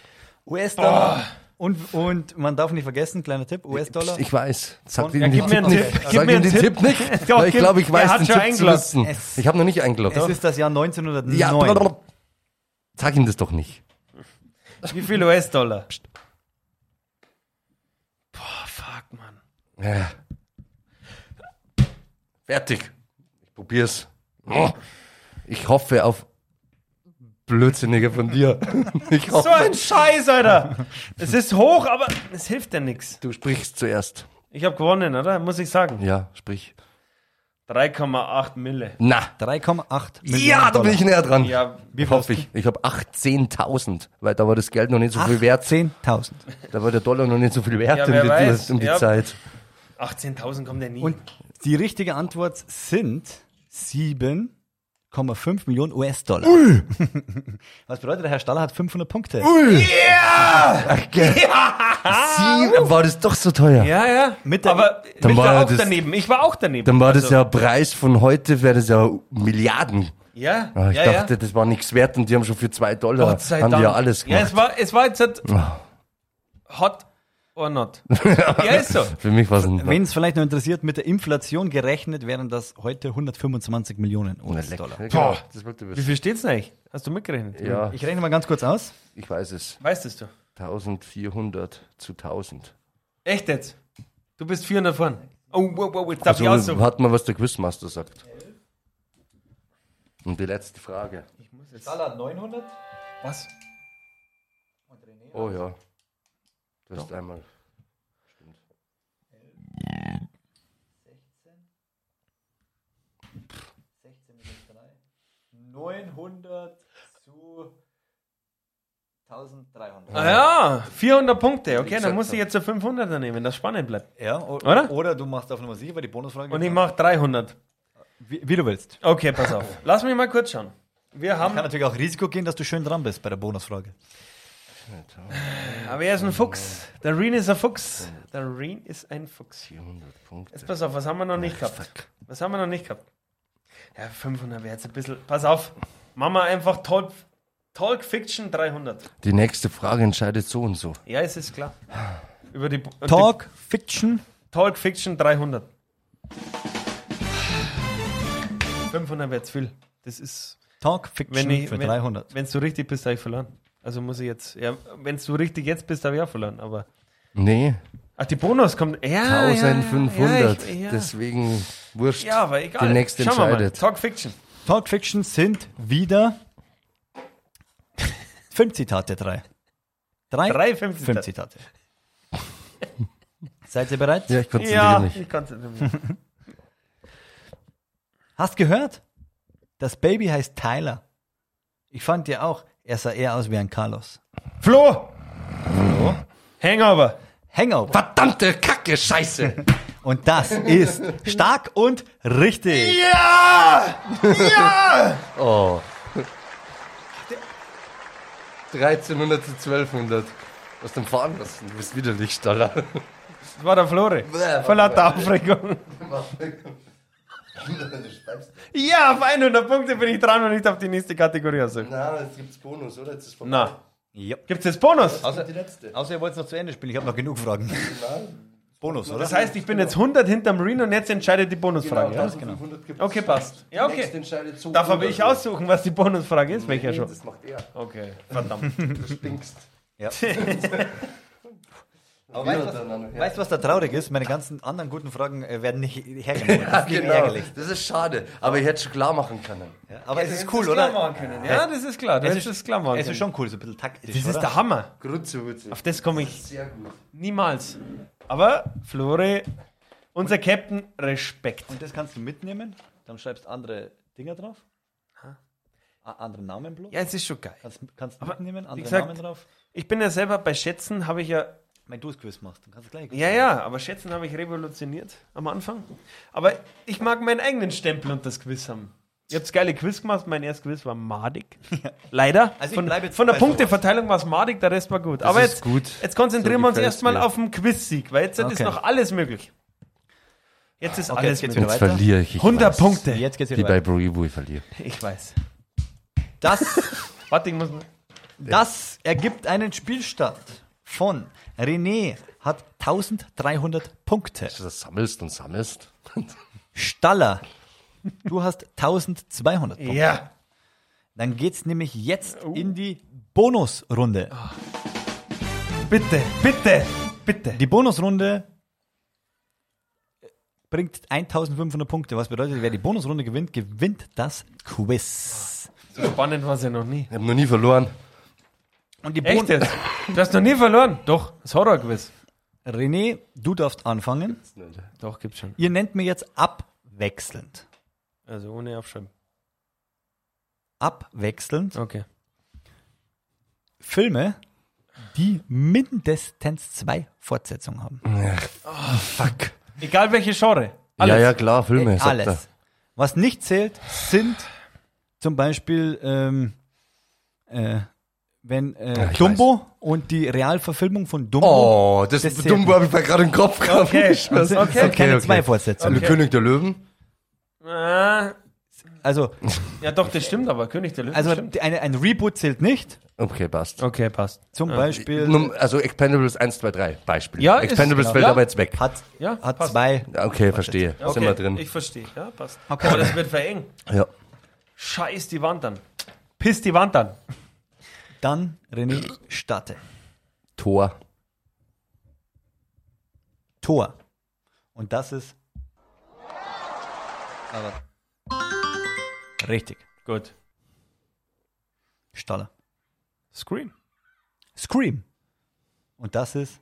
[SPEAKER 1] US-Dollar. Oh. Und, und man darf nicht vergessen, kleiner Tipp, US-Dollar.
[SPEAKER 2] Ich weiß. Sag
[SPEAKER 1] Ja,
[SPEAKER 2] ihm
[SPEAKER 3] gib
[SPEAKER 2] den
[SPEAKER 3] mir
[SPEAKER 2] Tipp nicht. Sag
[SPEAKER 3] einen Tipp. Gib
[SPEAKER 2] ihm
[SPEAKER 3] mir einen
[SPEAKER 2] den
[SPEAKER 3] Tipp.
[SPEAKER 2] Tipp nicht.
[SPEAKER 3] Doch,
[SPEAKER 2] weil Ich
[SPEAKER 3] gib-
[SPEAKER 2] glaube, ich
[SPEAKER 3] er
[SPEAKER 2] weiß
[SPEAKER 3] hat
[SPEAKER 2] den
[SPEAKER 3] schon
[SPEAKER 2] Tipp zu
[SPEAKER 3] eingeloggt.
[SPEAKER 2] wissen.
[SPEAKER 1] Es-
[SPEAKER 2] Ich habe noch nicht eingeloggt.
[SPEAKER 1] Es ist das Jahr 1909.
[SPEAKER 2] ja, blablabla. Sag ihm das doch nicht.
[SPEAKER 3] Wie viel US-Dollar? Boah, fuck, Mann.
[SPEAKER 2] Ja. Fertig. Ich probier's. Oh. Ich hoffe auf Blödsinniger von dir. Ich
[SPEAKER 3] So
[SPEAKER 2] hoffe,
[SPEAKER 3] ein Scheiß, Alter. Es ist hoch, aber es hilft ja nichts.
[SPEAKER 2] du sprichst zuerst.
[SPEAKER 3] Ich habe gewonnen, oder? Muss ich sagen.
[SPEAKER 2] Ja, sprich.
[SPEAKER 3] 3,8 Mille.
[SPEAKER 2] Na.
[SPEAKER 1] 3,8 Millionen
[SPEAKER 2] Ja, da
[SPEAKER 1] Dollar.
[SPEAKER 2] bin ich näher dran.
[SPEAKER 3] Ja,
[SPEAKER 2] Wie hoffe ich. Ich habe 18.000, weil da war das Geld noch nicht so viel wert.
[SPEAKER 1] 10.000.
[SPEAKER 2] Da war der Dollar noch nicht so viel wert
[SPEAKER 3] Ja,
[SPEAKER 2] um
[SPEAKER 3] wer
[SPEAKER 2] die,
[SPEAKER 3] weiß.
[SPEAKER 2] um die
[SPEAKER 3] Ja.
[SPEAKER 2] Zeit.
[SPEAKER 3] 18.000 kommt ja nie.
[SPEAKER 1] Und die richtige Antwort sind 7,5 Millionen US-Dollar. Was bedeutet, der Herr Staller hat 500 Punkte.
[SPEAKER 2] Ach, gell. Sieben, war das doch so teuer.
[SPEAKER 3] ja, ja.
[SPEAKER 1] Mit der-
[SPEAKER 3] aber
[SPEAKER 2] Dann
[SPEAKER 3] ich
[SPEAKER 2] war
[SPEAKER 3] war
[SPEAKER 2] ja
[SPEAKER 3] auch
[SPEAKER 2] das-
[SPEAKER 3] daneben. Ich war auch daneben.
[SPEAKER 2] Dann war das
[SPEAKER 3] Also,
[SPEAKER 2] ja Preis von heute, wäre das ja Milliarden.
[SPEAKER 3] Ja,
[SPEAKER 2] Ah, ich
[SPEAKER 3] ja,
[SPEAKER 2] dachte,
[SPEAKER 3] ja.
[SPEAKER 2] das war nichts wert und die haben schon für zwei Dollar
[SPEAKER 3] Gott sei
[SPEAKER 2] haben die
[SPEAKER 3] Dank.
[SPEAKER 2] ja alles
[SPEAKER 3] Ja,
[SPEAKER 2] gemacht.
[SPEAKER 3] es war, es war jetzt halt hot or not. ja, ist so.
[SPEAKER 2] Ah. für mich war es ein
[SPEAKER 1] Wen es vielleicht noch interessiert, mit der Inflation gerechnet wären das heute 125 Millionen US-Dollar.
[SPEAKER 2] Boah, das wollte
[SPEAKER 3] Wie
[SPEAKER 2] ich
[SPEAKER 3] viel steht's denn eigentlich? Hast du mitgerechnet?
[SPEAKER 2] wissen. Ja,
[SPEAKER 1] Ich rechne mal ganz kurz aus.
[SPEAKER 2] ich weiß es.
[SPEAKER 3] Weißt es du?
[SPEAKER 2] 1400 zu 1000.
[SPEAKER 3] Echt jetzt? Du bist 400 vorn. Oh, wow, wow, jetzt darf ich auch
[SPEAKER 2] Also
[SPEAKER 3] so.
[SPEAKER 2] hat man, was der Quizmaster sagt. Und die letzte Frage.
[SPEAKER 1] Staller hat 900.
[SPEAKER 3] Was?
[SPEAKER 2] Oh ja. Du hast einmal.
[SPEAKER 1] zu 1300.
[SPEAKER 3] Ah ja, 400 Punkte. Okay, dann muss ich jetzt so 500er nehmen, das spannend bleibt.
[SPEAKER 1] Ja, o-
[SPEAKER 3] Oder?
[SPEAKER 1] Oder du machst auf Nummer sicher, weil die Bonusfrage.
[SPEAKER 3] Und ich mache 300.
[SPEAKER 1] Wie, wie du willst.
[SPEAKER 3] Okay, pass auf. Lass mich mal kurz schauen. Wir
[SPEAKER 1] Kann
[SPEAKER 3] haben.
[SPEAKER 1] natürlich auch Risiko gehen, dass du schön dran bist bei der Bonusfrage.
[SPEAKER 3] Aber er Ah, ist ein Fuchs. Der Reen ist ein Fuchs. Der Reen ist ein Fuchs.
[SPEAKER 2] 400 Punkte.
[SPEAKER 3] Jetzt pass auf, was haben wir noch nicht gehabt? Was haben wir noch nicht gehabt? Ja, 500 wäre jetzt ein bisschen. Pass auf. Machen wir einfach Talk, Talk Fiction 300.
[SPEAKER 2] Die nächste Frage entscheidet so und so.
[SPEAKER 3] Ja, es ist klar. Über die. und
[SPEAKER 1] Talk, Fiction.
[SPEAKER 3] Die Talk Fiction 300. 500 wäre jetzt viel. Das ist.
[SPEAKER 1] Talk, Fiction
[SPEAKER 3] Wenn ich,
[SPEAKER 1] für
[SPEAKER 3] wenn,
[SPEAKER 1] 300.
[SPEAKER 3] Wenn du richtig bist, habe ich verloren. Also muss ich jetzt, ja, wenn du richtig jetzt bist, habe ich auch verloren. Aber
[SPEAKER 2] Nee,
[SPEAKER 3] ach, die Bonus kommt. Ah, Ja,
[SPEAKER 2] 1500.
[SPEAKER 3] Ja, ja, ich, ja.
[SPEAKER 2] Deswegen Wurscht.
[SPEAKER 3] Ja, aber egal.
[SPEAKER 2] Die nächste
[SPEAKER 3] Schauen wir mal.
[SPEAKER 2] entscheidet.
[SPEAKER 3] Talk Fiction.
[SPEAKER 1] Talk Fiction sind wieder Filmzitate drei. Drei,
[SPEAKER 3] Drei Filmzitate.
[SPEAKER 1] Filmzitate. Seid ihr bereit?
[SPEAKER 2] Ja, ich konzentriere
[SPEAKER 3] Ja,
[SPEAKER 2] mich.
[SPEAKER 3] ich kann's nicht mehr.
[SPEAKER 1] Hast gehört? Das Baby heißt Tyler. Ich fand ja auch, er sah eher aus wie ein Carlos.
[SPEAKER 3] Flo! Hangover.
[SPEAKER 1] Hangover.
[SPEAKER 2] Verdammte Kacke, Scheiße.
[SPEAKER 1] Und das ist stark und richtig.
[SPEAKER 3] Ah!
[SPEAKER 2] ja! Ja! oh. 1300 zu 1200. Was denn fahren lassen? Du bist widerlich, Staller.
[SPEAKER 3] Das war der Flore.
[SPEAKER 2] Bäh.
[SPEAKER 3] Von lauter Aufregung. Ja, auf 100 Punkte bin ich dran und nicht auf die nächste Kategorie. Also.
[SPEAKER 2] Na, jetzt gibt's Bonus, oder? Jetzt ist vorbei.
[SPEAKER 3] Na,
[SPEAKER 1] Ja.
[SPEAKER 3] gibt's jetzt Bonus?
[SPEAKER 2] Außer die letzte.
[SPEAKER 1] Außer ihr wollt es noch zu Ende spielen, ich habe noch genug Fragen. Bonus, oder?
[SPEAKER 3] Das heißt, ich bin jetzt 100 hinterm Reno und jetzt entscheidet die Bonusfrage. ja? genau. Okay, passt. Ja, okay.
[SPEAKER 2] entscheidet so.
[SPEAKER 3] Darf aber ich aussuchen, was die Bonusfrage ist? Welcher schon?
[SPEAKER 2] Das macht er.
[SPEAKER 3] Okay, verdammt.
[SPEAKER 2] Du stinkst.
[SPEAKER 1] Ja. Aber weißt du, was, weißt, du, was da traurig ist? Meine ganzen anderen guten Fragen äh, werden nicht hergenommen. Das ist genau.
[SPEAKER 2] Genau.
[SPEAKER 1] ärgerlich.
[SPEAKER 2] Das ist schade, aber ich hätte schon klar machen können.
[SPEAKER 1] Ja, aber es ist cool,
[SPEAKER 3] Das klar
[SPEAKER 1] oder?
[SPEAKER 3] machen können. Ja, das ist klar. Das
[SPEAKER 1] Es
[SPEAKER 3] ist, das klar machen
[SPEAKER 1] Es ist
[SPEAKER 3] können.
[SPEAKER 1] schon cool, so ein bisschen taktisch.
[SPEAKER 3] Das ist
[SPEAKER 1] oder?
[SPEAKER 3] der Hammer.
[SPEAKER 2] Grütze,
[SPEAKER 3] Auf das komme ich
[SPEAKER 2] Sehr gut.
[SPEAKER 3] niemals. Aber Flore, unser Captain, Respekt.
[SPEAKER 1] Und das kannst du mitnehmen, dann schreibst andere Dinger drauf. A- Andere Namen bloß.
[SPEAKER 3] Ja, es ist schon geil.
[SPEAKER 1] Kannst, kannst mitnehmen, andere
[SPEAKER 3] gesagt-
[SPEAKER 1] Namen drauf.
[SPEAKER 3] Ich bin ja selber bei Schätzen, habe ich ja
[SPEAKER 1] Wenn du es Quiz machst, dann kannst du gleich.
[SPEAKER 3] Ja, ja, aber Schätzen habe ich revolutioniert am Anfang. Aber ich mag meinen eigenen Stempel und das Quiz haben. Ihr habt geile Quiz gemacht, mein erstes Quiz war madig. Leider.
[SPEAKER 1] Also ich
[SPEAKER 3] von,
[SPEAKER 1] bleib jetzt
[SPEAKER 3] von der
[SPEAKER 1] bei
[SPEAKER 3] Punkteverteilung war es madig, der Rest war gut. aber
[SPEAKER 2] ist
[SPEAKER 3] jetzt,
[SPEAKER 2] gut.
[SPEAKER 3] jetzt konzentrieren wir uns
[SPEAKER 2] gefällt's
[SPEAKER 3] erstmal
[SPEAKER 2] mir.
[SPEAKER 3] auf den Quiz-Sieg, weil jetzt ist
[SPEAKER 1] Okay.
[SPEAKER 3] noch alles möglich. Jetzt ist
[SPEAKER 1] Okay,
[SPEAKER 3] alles
[SPEAKER 1] jetzt geht's
[SPEAKER 3] möglich.
[SPEAKER 1] Jetzt weiter? verliere
[SPEAKER 2] ich.
[SPEAKER 3] 100 Punkte.
[SPEAKER 1] Jetzt geht's
[SPEAKER 2] Wie
[SPEAKER 1] wieder
[SPEAKER 2] bei
[SPEAKER 1] weiter.
[SPEAKER 2] Bribu, ich verliere.
[SPEAKER 3] Ich weiß.
[SPEAKER 1] Das,
[SPEAKER 3] Warte, ich muss mal.
[SPEAKER 1] das ergibt einen Spielstand von René hat 1300 Punkte.
[SPEAKER 2] Du das sammelst und sammelst.
[SPEAKER 1] Staller, du hast 1200 Punkte.
[SPEAKER 3] Ja.
[SPEAKER 1] Dann geht's nämlich jetzt
[SPEAKER 3] Oh.
[SPEAKER 1] in die Bonusrunde.
[SPEAKER 3] Ah. Bitte, bitte, bitte.
[SPEAKER 1] Die Bonusrunde bringt 1500 Punkte, was bedeutet, wer die Bonusrunde gewinnt, gewinnt das Quiz.
[SPEAKER 3] So spannend war es ja noch nie.
[SPEAKER 2] Ich habe noch nie verloren.
[SPEAKER 1] Und die
[SPEAKER 3] Ah. Echt
[SPEAKER 1] Bonus
[SPEAKER 3] jetzt? Du hast noch nie verloren. Doch, das Horror-Quiz.
[SPEAKER 1] René, du darfst anfangen.
[SPEAKER 3] Doch, gibt's schon.
[SPEAKER 1] Ihr nennt mir jetzt abwechselnd.
[SPEAKER 3] Also ohne Abschreiben.
[SPEAKER 1] Abwechselnd
[SPEAKER 3] Okay.
[SPEAKER 1] Filme, die mindestens zwei Fortsetzungen haben.
[SPEAKER 2] Fuck.
[SPEAKER 3] Egal welche Genre.
[SPEAKER 2] Ja, ja, klar, Filme. sagt er.
[SPEAKER 1] Äh, Alles. Was nicht zählt, sind zum Beispiel, ähm, äh, wenn äh,
[SPEAKER 2] ich
[SPEAKER 1] Dumbo und die Realverfilmung von Dumbo.
[SPEAKER 2] Oh, das,
[SPEAKER 1] Das zählt
[SPEAKER 2] Dumbo habe ich mir gerade im Kopf gehabt.
[SPEAKER 3] Okay.
[SPEAKER 2] Ich schwör's.
[SPEAKER 1] sind- sind keine zwei Fortsetzungen.
[SPEAKER 2] Der König der Löwen.
[SPEAKER 3] Ah,
[SPEAKER 1] Also,
[SPEAKER 3] ja, doch, das stimmt aber. König der Löwen.
[SPEAKER 1] also
[SPEAKER 3] stimmt.
[SPEAKER 1] die- eine, ein Reboot zählt nicht.
[SPEAKER 2] Okay, passt.
[SPEAKER 3] Okay, passt.
[SPEAKER 1] Zum Beispiel
[SPEAKER 2] Num- Also Expendables 1, 2, 3, Beispiel.
[SPEAKER 3] Ja, ist-
[SPEAKER 2] Expendables
[SPEAKER 3] genau.
[SPEAKER 2] fällt
[SPEAKER 3] Ja.
[SPEAKER 2] aber jetzt weg.
[SPEAKER 1] hat,
[SPEAKER 3] Ja,
[SPEAKER 1] hat
[SPEAKER 3] passt.
[SPEAKER 1] zwei.
[SPEAKER 2] Okay, verstehe.
[SPEAKER 3] Okay,
[SPEAKER 2] Sind wir drin.
[SPEAKER 3] Ich verstehe. Ja, passt.
[SPEAKER 1] Okay.
[SPEAKER 3] Aber das wird verengt.
[SPEAKER 2] ja.
[SPEAKER 3] Scheiß die Wand an. Piss die Wand an.
[SPEAKER 1] Dann René starte.
[SPEAKER 2] Tor.
[SPEAKER 1] Tor. Und das ist. Aber. Richtig.
[SPEAKER 3] Gut.
[SPEAKER 1] Staller.
[SPEAKER 3] Scream.
[SPEAKER 1] Scream. Und das ist.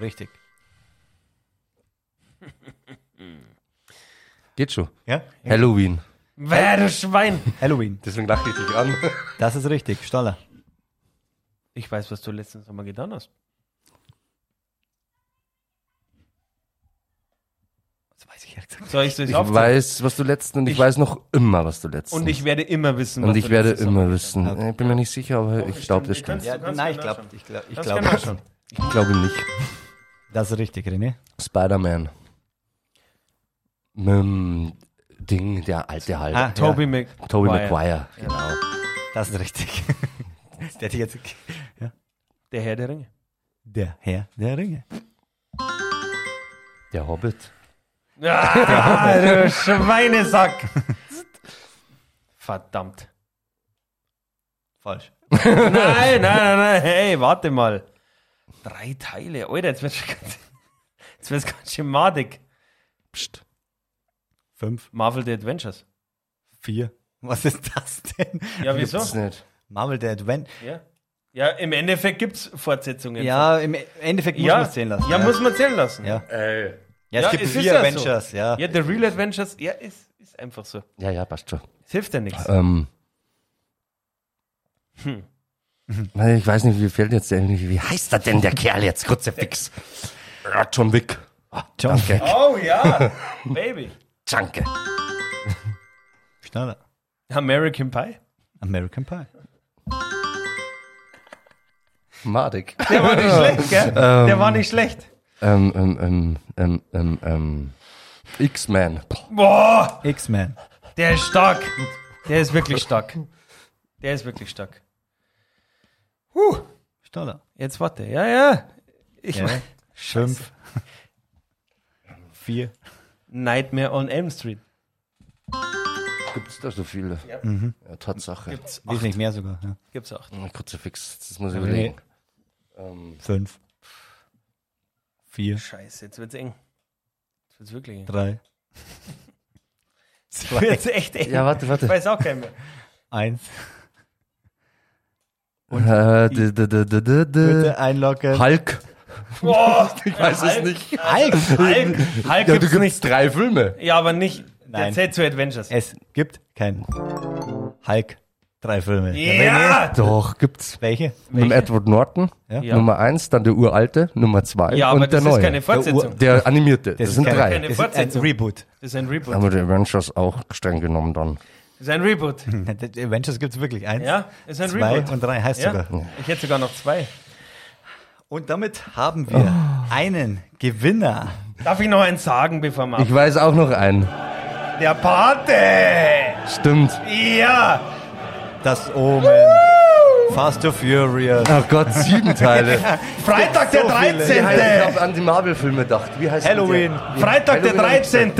[SPEAKER 1] Richtig.
[SPEAKER 2] Geht schon.
[SPEAKER 1] Ja?
[SPEAKER 2] Halloween.
[SPEAKER 3] Wer du Schwein.
[SPEAKER 1] Halloween.
[SPEAKER 2] Deswegen lache ich dich an.
[SPEAKER 1] Das ist richtig. Staller.
[SPEAKER 3] Ich weiß, was du letztens nochmal getan hast.
[SPEAKER 1] Das weiß ich ehrlich gesagt.
[SPEAKER 3] Soll ich das
[SPEAKER 2] Ich
[SPEAKER 3] aufzählen?
[SPEAKER 2] weiß, was du letzten und ich,
[SPEAKER 3] Ich-
[SPEAKER 2] weiß noch immer, was du letzten.
[SPEAKER 3] Und ich werde immer wissen,
[SPEAKER 2] und ich
[SPEAKER 3] du
[SPEAKER 2] werde
[SPEAKER 3] letztes Mal
[SPEAKER 2] immer
[SPEAKER 3] getan
[SPEAKER 2] wissen.
[SPEAKER 1] Okay.
[SPEAKER 2] Ich bin mir nicht sicher, aber
[SPEAKER 3] Doch,
[SPEAKER 2] ich glaube, das
[SPEAKER 3] ihr
[SPEAKER 2] stimmt.
[SPEAKER 3] könnt's-
[SPEAKER 1] Ja,
[SPEAKER 3] du genau kannst
[SPEAKER 1] nein, ich
[SPEAKER 3] mir
[SPEAKER 1] glaube,
[SPEAKER 3] nachschauen.
[SPEAKER 1] ich glaube, ich
[SPEAKER 3] Kannst
[SPEAKER 1] glaube.
[SPEAKER 3] gerne nachschauen.
[SPEAKER 2] Ich glaube nicht.
[SPEAKER 1] Das ist richtig, René.
[SPEAKER 2] Spider-Man. Mit dem Ding, der alte halt.
[SPEAKER 1] Ah,
[SPEAKER 3] Toby Mc.
[SPEAKER 2] Tobey
[SPEAKER 3] Maguire.
[SPEAKER 2] Maguire, genau.
[SPEAKER 1] Das ist richtig. Der hätte jetzt.
[SPEAKER 3] Der Herr der Ringe.
[SPEAKER 1] Der Herr der Ringe.
[SPEAKER 2] Der Hobbit.
[SPEAKER 3] Ah, du Schweinesack. Verdammt.
[SPEAKER 1] Falsch.
[SPEAKER 3] Nein, nein, nein, nein, hey, warte mal. Drei Teile, Alter, jetzt wird's ganz, jetzt wird's ganz schön madig.
[SPEAKER 2] Psst.
[SPEAKER 1] Fünf,
[SPEAKER 3] Marvel The Adventures.
[SPEAKER 1] vier. Was ist das denn?
[SPEAKER 3] Ja, wieso?
[SPEAKER 2] Gibt's nicht.
[SPEAKER 1] Marvel der Advent.
[SPEAKER 3] Ja. ja, im Endeffekt gibt es Fortsetzungen.
[SPEAKER 1] Ja, im Endeffekt muss
[SPEAKER 3] ja.
[SPEAKER 1] man es zählen lassen.
[SPEAKER 3] Ja, muss man zählen lassen.
[SPEAKER 1] Ja.
[SPEAKER 2] Äh.
[SPEAKER 1] ja es
[SPEAKER 3] Ja,
[SPEAKER 1] gibt
[SPEAKER 3] es ist
[SPEAKER 1] vier
[SPEAKER 3] ja so.
[SPEAKER 1] Adventures, ja.
[SPEAKER 3] Ja, The Real Adventures, ja, ist, ist einfach so.
[SPEAKER 2] Ja, ja, passt schon.
[SPEAKER 3] Es hilft ja nichts.
[SPEAKER 2] Ähm.
[SPEAKER 3] Hm.
[SPEAKER 2] Weil Ich weiß nicht, wie fällt jetzt der, wie heißt er denn, der Kerl jetzt? Kruzifix.
[SPEAKER 3] Äh.
[SPEAKER 2] Ja, John Wick.
[SPEAKER 1] John
[SPEAKER 2] Danke.
[SPEAKER 3] Oh ja, Baby.
[SPEAKER 2] Danke.
[SPEAKER 1] Schnaller.
[SPEAKER 3] American Pie.
[SPEAKER 1] American Pie.
[SPEAKER 2] Madig.
[SPEAKER 3] Der war nicht schlecht, gell? Der war nicht schlecht.
[SPEAKER 2] ähm, ähm, ähm, ähm, ähm, ähm. X-Man. Boah,
[SPEAKER 3] Boah,
[SPEAKER 1] X-Men.
[SPEAKER 3] der ist stark. Der ist wirklich stark. Der ist wirklich stark. Huh,
[SPEAKER 1] Schnaller.
[SPEAKER 3] jetzt warte. Ja, ja. Ich
[SPEAKER 1] Ja.
[SPEAKER 3] mein,
[SPEAKER 1] Fünf. Vier.
[SPEAKER 3] Nightmare on Elm Street.
[SPEAKER 2] Gibt's da so viele? Ja. ja Tatsache.
[SPEAKER 3] Gibt's acht.
[SPEAKER 1] Wesentlich mehr sogar. Ja.
[SPEAKER 3] Gibt's acht.
[SPEAKER 2] Kruzifix, das muss ich
[SPEAKER 1] Nee.
[SPEAKER 2] überlegen. Ähm,
[SPEAKER 1] Fünf. Vier.
[SPEAKER 3] Scheiße, jetzt wird's eng. Jetzt wird's wirklich eng.
[SPEAKER 1] Drei.
[SPEAKER 3] Jetzt wird's echt eng.
[SPEAKER 2] Ja, warte,
[SPEAKER 3] Ich
[SPEAKER 2] warte.
[SPEAKER 3] weiß auch keinen mehr.
[SPEAKER 1] Eins.
[SPEAKER 2] Äh, d- d- d- d- d- d-
[SPEAKER 1] Bitte einloggen.
[SPEAKER 2] Hulk.
[SPEAKER 3] Boah,
[SPEAKER 2] Ich weiß es
[SPEAKER 3] Hulk.
[SPEAKER 2] nicht.
[SPEAKER 1] Hulk.
[SPEAKER 3] Hulk, Hulk
[SPEAKER 2] Ja, du
[SPEAKER 3] gibt's
[SPEAKER 2] gibst drei Filme.
[SPEAKER 3] Ja, aber nicht. Der
[SPEAKER 1] Nein.
[SPEAKER 3] zählt zu Adventures.
[SPEAKER 1] Es gibt keinen Hulk. Drei Filme.
[SPEAKER 3] Ja!
[SPEAKER 2] Doch, gibt's.
[SPEAKER 1] Welche?
[SPEAKER 2] Mit dem Edward Norton,
[SPEAKER 1] Ja.
[SPEAKER 3] Ja.
[SPEAKER 2] Nummer eins, dann der uralte, Nummer zwei
[SPEAKER 3] Ja, aber
[SPEAKER 2] und der
[SPEAKER 3] das
[SPEAKER 2] neue.
[SPEAKER 3] ist keine Fortsetzung.
[SPEAKER 2] Der, Ur- der animierte, das, sind
[SPEAKER 1] keine-
[SPEAKER 2] drei.
[SPEAKER 3] Keine
[SPEAKER 1] Das ist ein
[SPEAKER 3] Fortsetzung.
[SPEAKER 1] Reboot.
[SPEAKER 3] Das ist ein Reboot.
[SPEAKER 2] Haben wir die Avengers auch streng genommen dann.
[SPEAKER 3] Das ist ein Reboot.
[SPEAKER 1] Die Hm. Avengers gibt es wirklich. Eins,
[SPEAKER 3] Ja, ist ein
[SPEAKER 1] zwei
[SPEAKER 3] Reboot.
[SPEAKER 1] und drei heißt
[SPEAKER 3] Ja,
[SPEAKER 1] sogar.
[SPEAKER 3] ich hätte sogar noch zwei.
[SPEAKER 1] Und damit haben wir
[SPEAKER 2] Oh.
[SPEAKER 1] einen Gewinner.
[SPEAKER 3] Darf ich noch eins sagen, bevor wir
[SPEAKER 2] Ich weiß auch noch einen.
[SPEAKER 3] ab- Der Pate!
[SPEAKER 2] Stimmt.
[SPEAKER 3] Ja!
[SPEAKER 1] Das Omen. Fast to Furious.
[SPEAKER 2] Ach Gott, sieben Teile.
[SPEAKER 3] Freitag der
[SPEAKER 1] So viele.
[SPEAKER 2] ich
[SPEAKER 3] 13.
[SPEAKER 2] habe an die Marvel-Filme gedacht. Wie heißt
[SPEAKER 1] Halloween.
[SPEAKER 2] Der?
[SPEAKER 3] Freitag der
[SPEAKER 2] Halloween.
[SPEAKER 3] 13.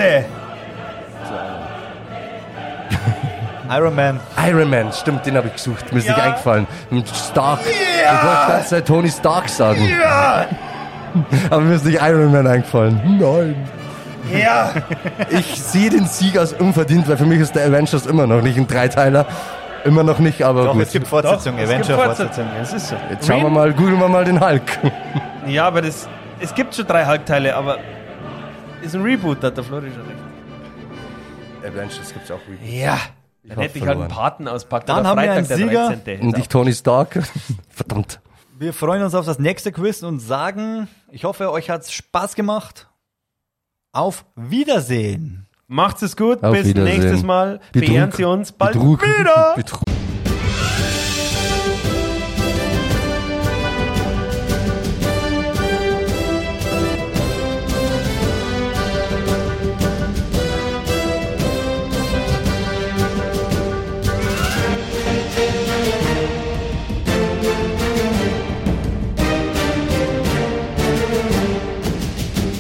[SPEAKER 1] Iron Man.
[SPEAKER 2] Iron Man, stimmt, den habe ich gesucht. Mir ist nicht
[SPEAKER 3] Ja.
[SPEAKER 2] eingefallen. Mit Stark. Ich wollte die ganze Zeit Tony Stark sagen.
[SPEAKER 3] Ja!
[SPEAKER 2] Aber mir ist nicht Iron Man eingefallen. Nein.
[SPEAKER 3] Ja!
[SPEAKER 2] Ich sehe den Sieg als unverdient, weil für mich ist der Avengers immer noch nicht ein Dreiteiler. Immer noch nicht, aber
[SPEAKER 1] Doch,
[SPEAKER 2] gut.
[SPEAKER 1] es gibt Fortsetzung.
[SPEAKER 3] es gibt
[SPEAKER 1] Avenger Fortsetzung.
[SPEAKER 3] Fortsetzungen, es ist so.
[SPEAKER 2] Jetzt schauen wir mal, googeln wir mal den Hulk.
[SPEAKER 3] Ja, aber das, es gibt schon drei Halbteile, aber ist ein Reboot, da hat der Flori schon recht.
[SPEAKER 2] Avengers gibt's auch wieder.
[SPEAKER 3] Ja! Dann
[SPEAKER 2] hab
[SPEAKER 3] hätte ich halt einen
[SPEAKER 2] verloren.
[SPEAKER 3] Paten auspackt.
[SPEAKER 1] Dann
[SPEAKER 3] oder
[SPEAKER 1] haben wir einen
[SPEAKER 3] Freitag der
[SPEAKER 1] Sieger.
[SPEAKER 3] 13.
[SPEAKER 2] Und ich Tony Stark. Verdammt.
[SPEAKER 1] Wir freuen uns auf das nächste Quiz und sagen, ich hoffe, euch hat's Spaß gemacht. Auf Wiedersehen.
[SPEAKER 3] Macht's es gut,
[SPEAKER 2] Auf
[SPEAKER 3] bis
[SPEAKER 2] Wiedersehen.
[SPEAKER 3] nächstes Mal.
[SPEAKER 2] Betrug.
[SPEAKER 3] Beehren Sie uns bald
[SPEAKER 2] Betrug.
[SPEAKER 3] wieder.
[SPEAKER 2] Betrug.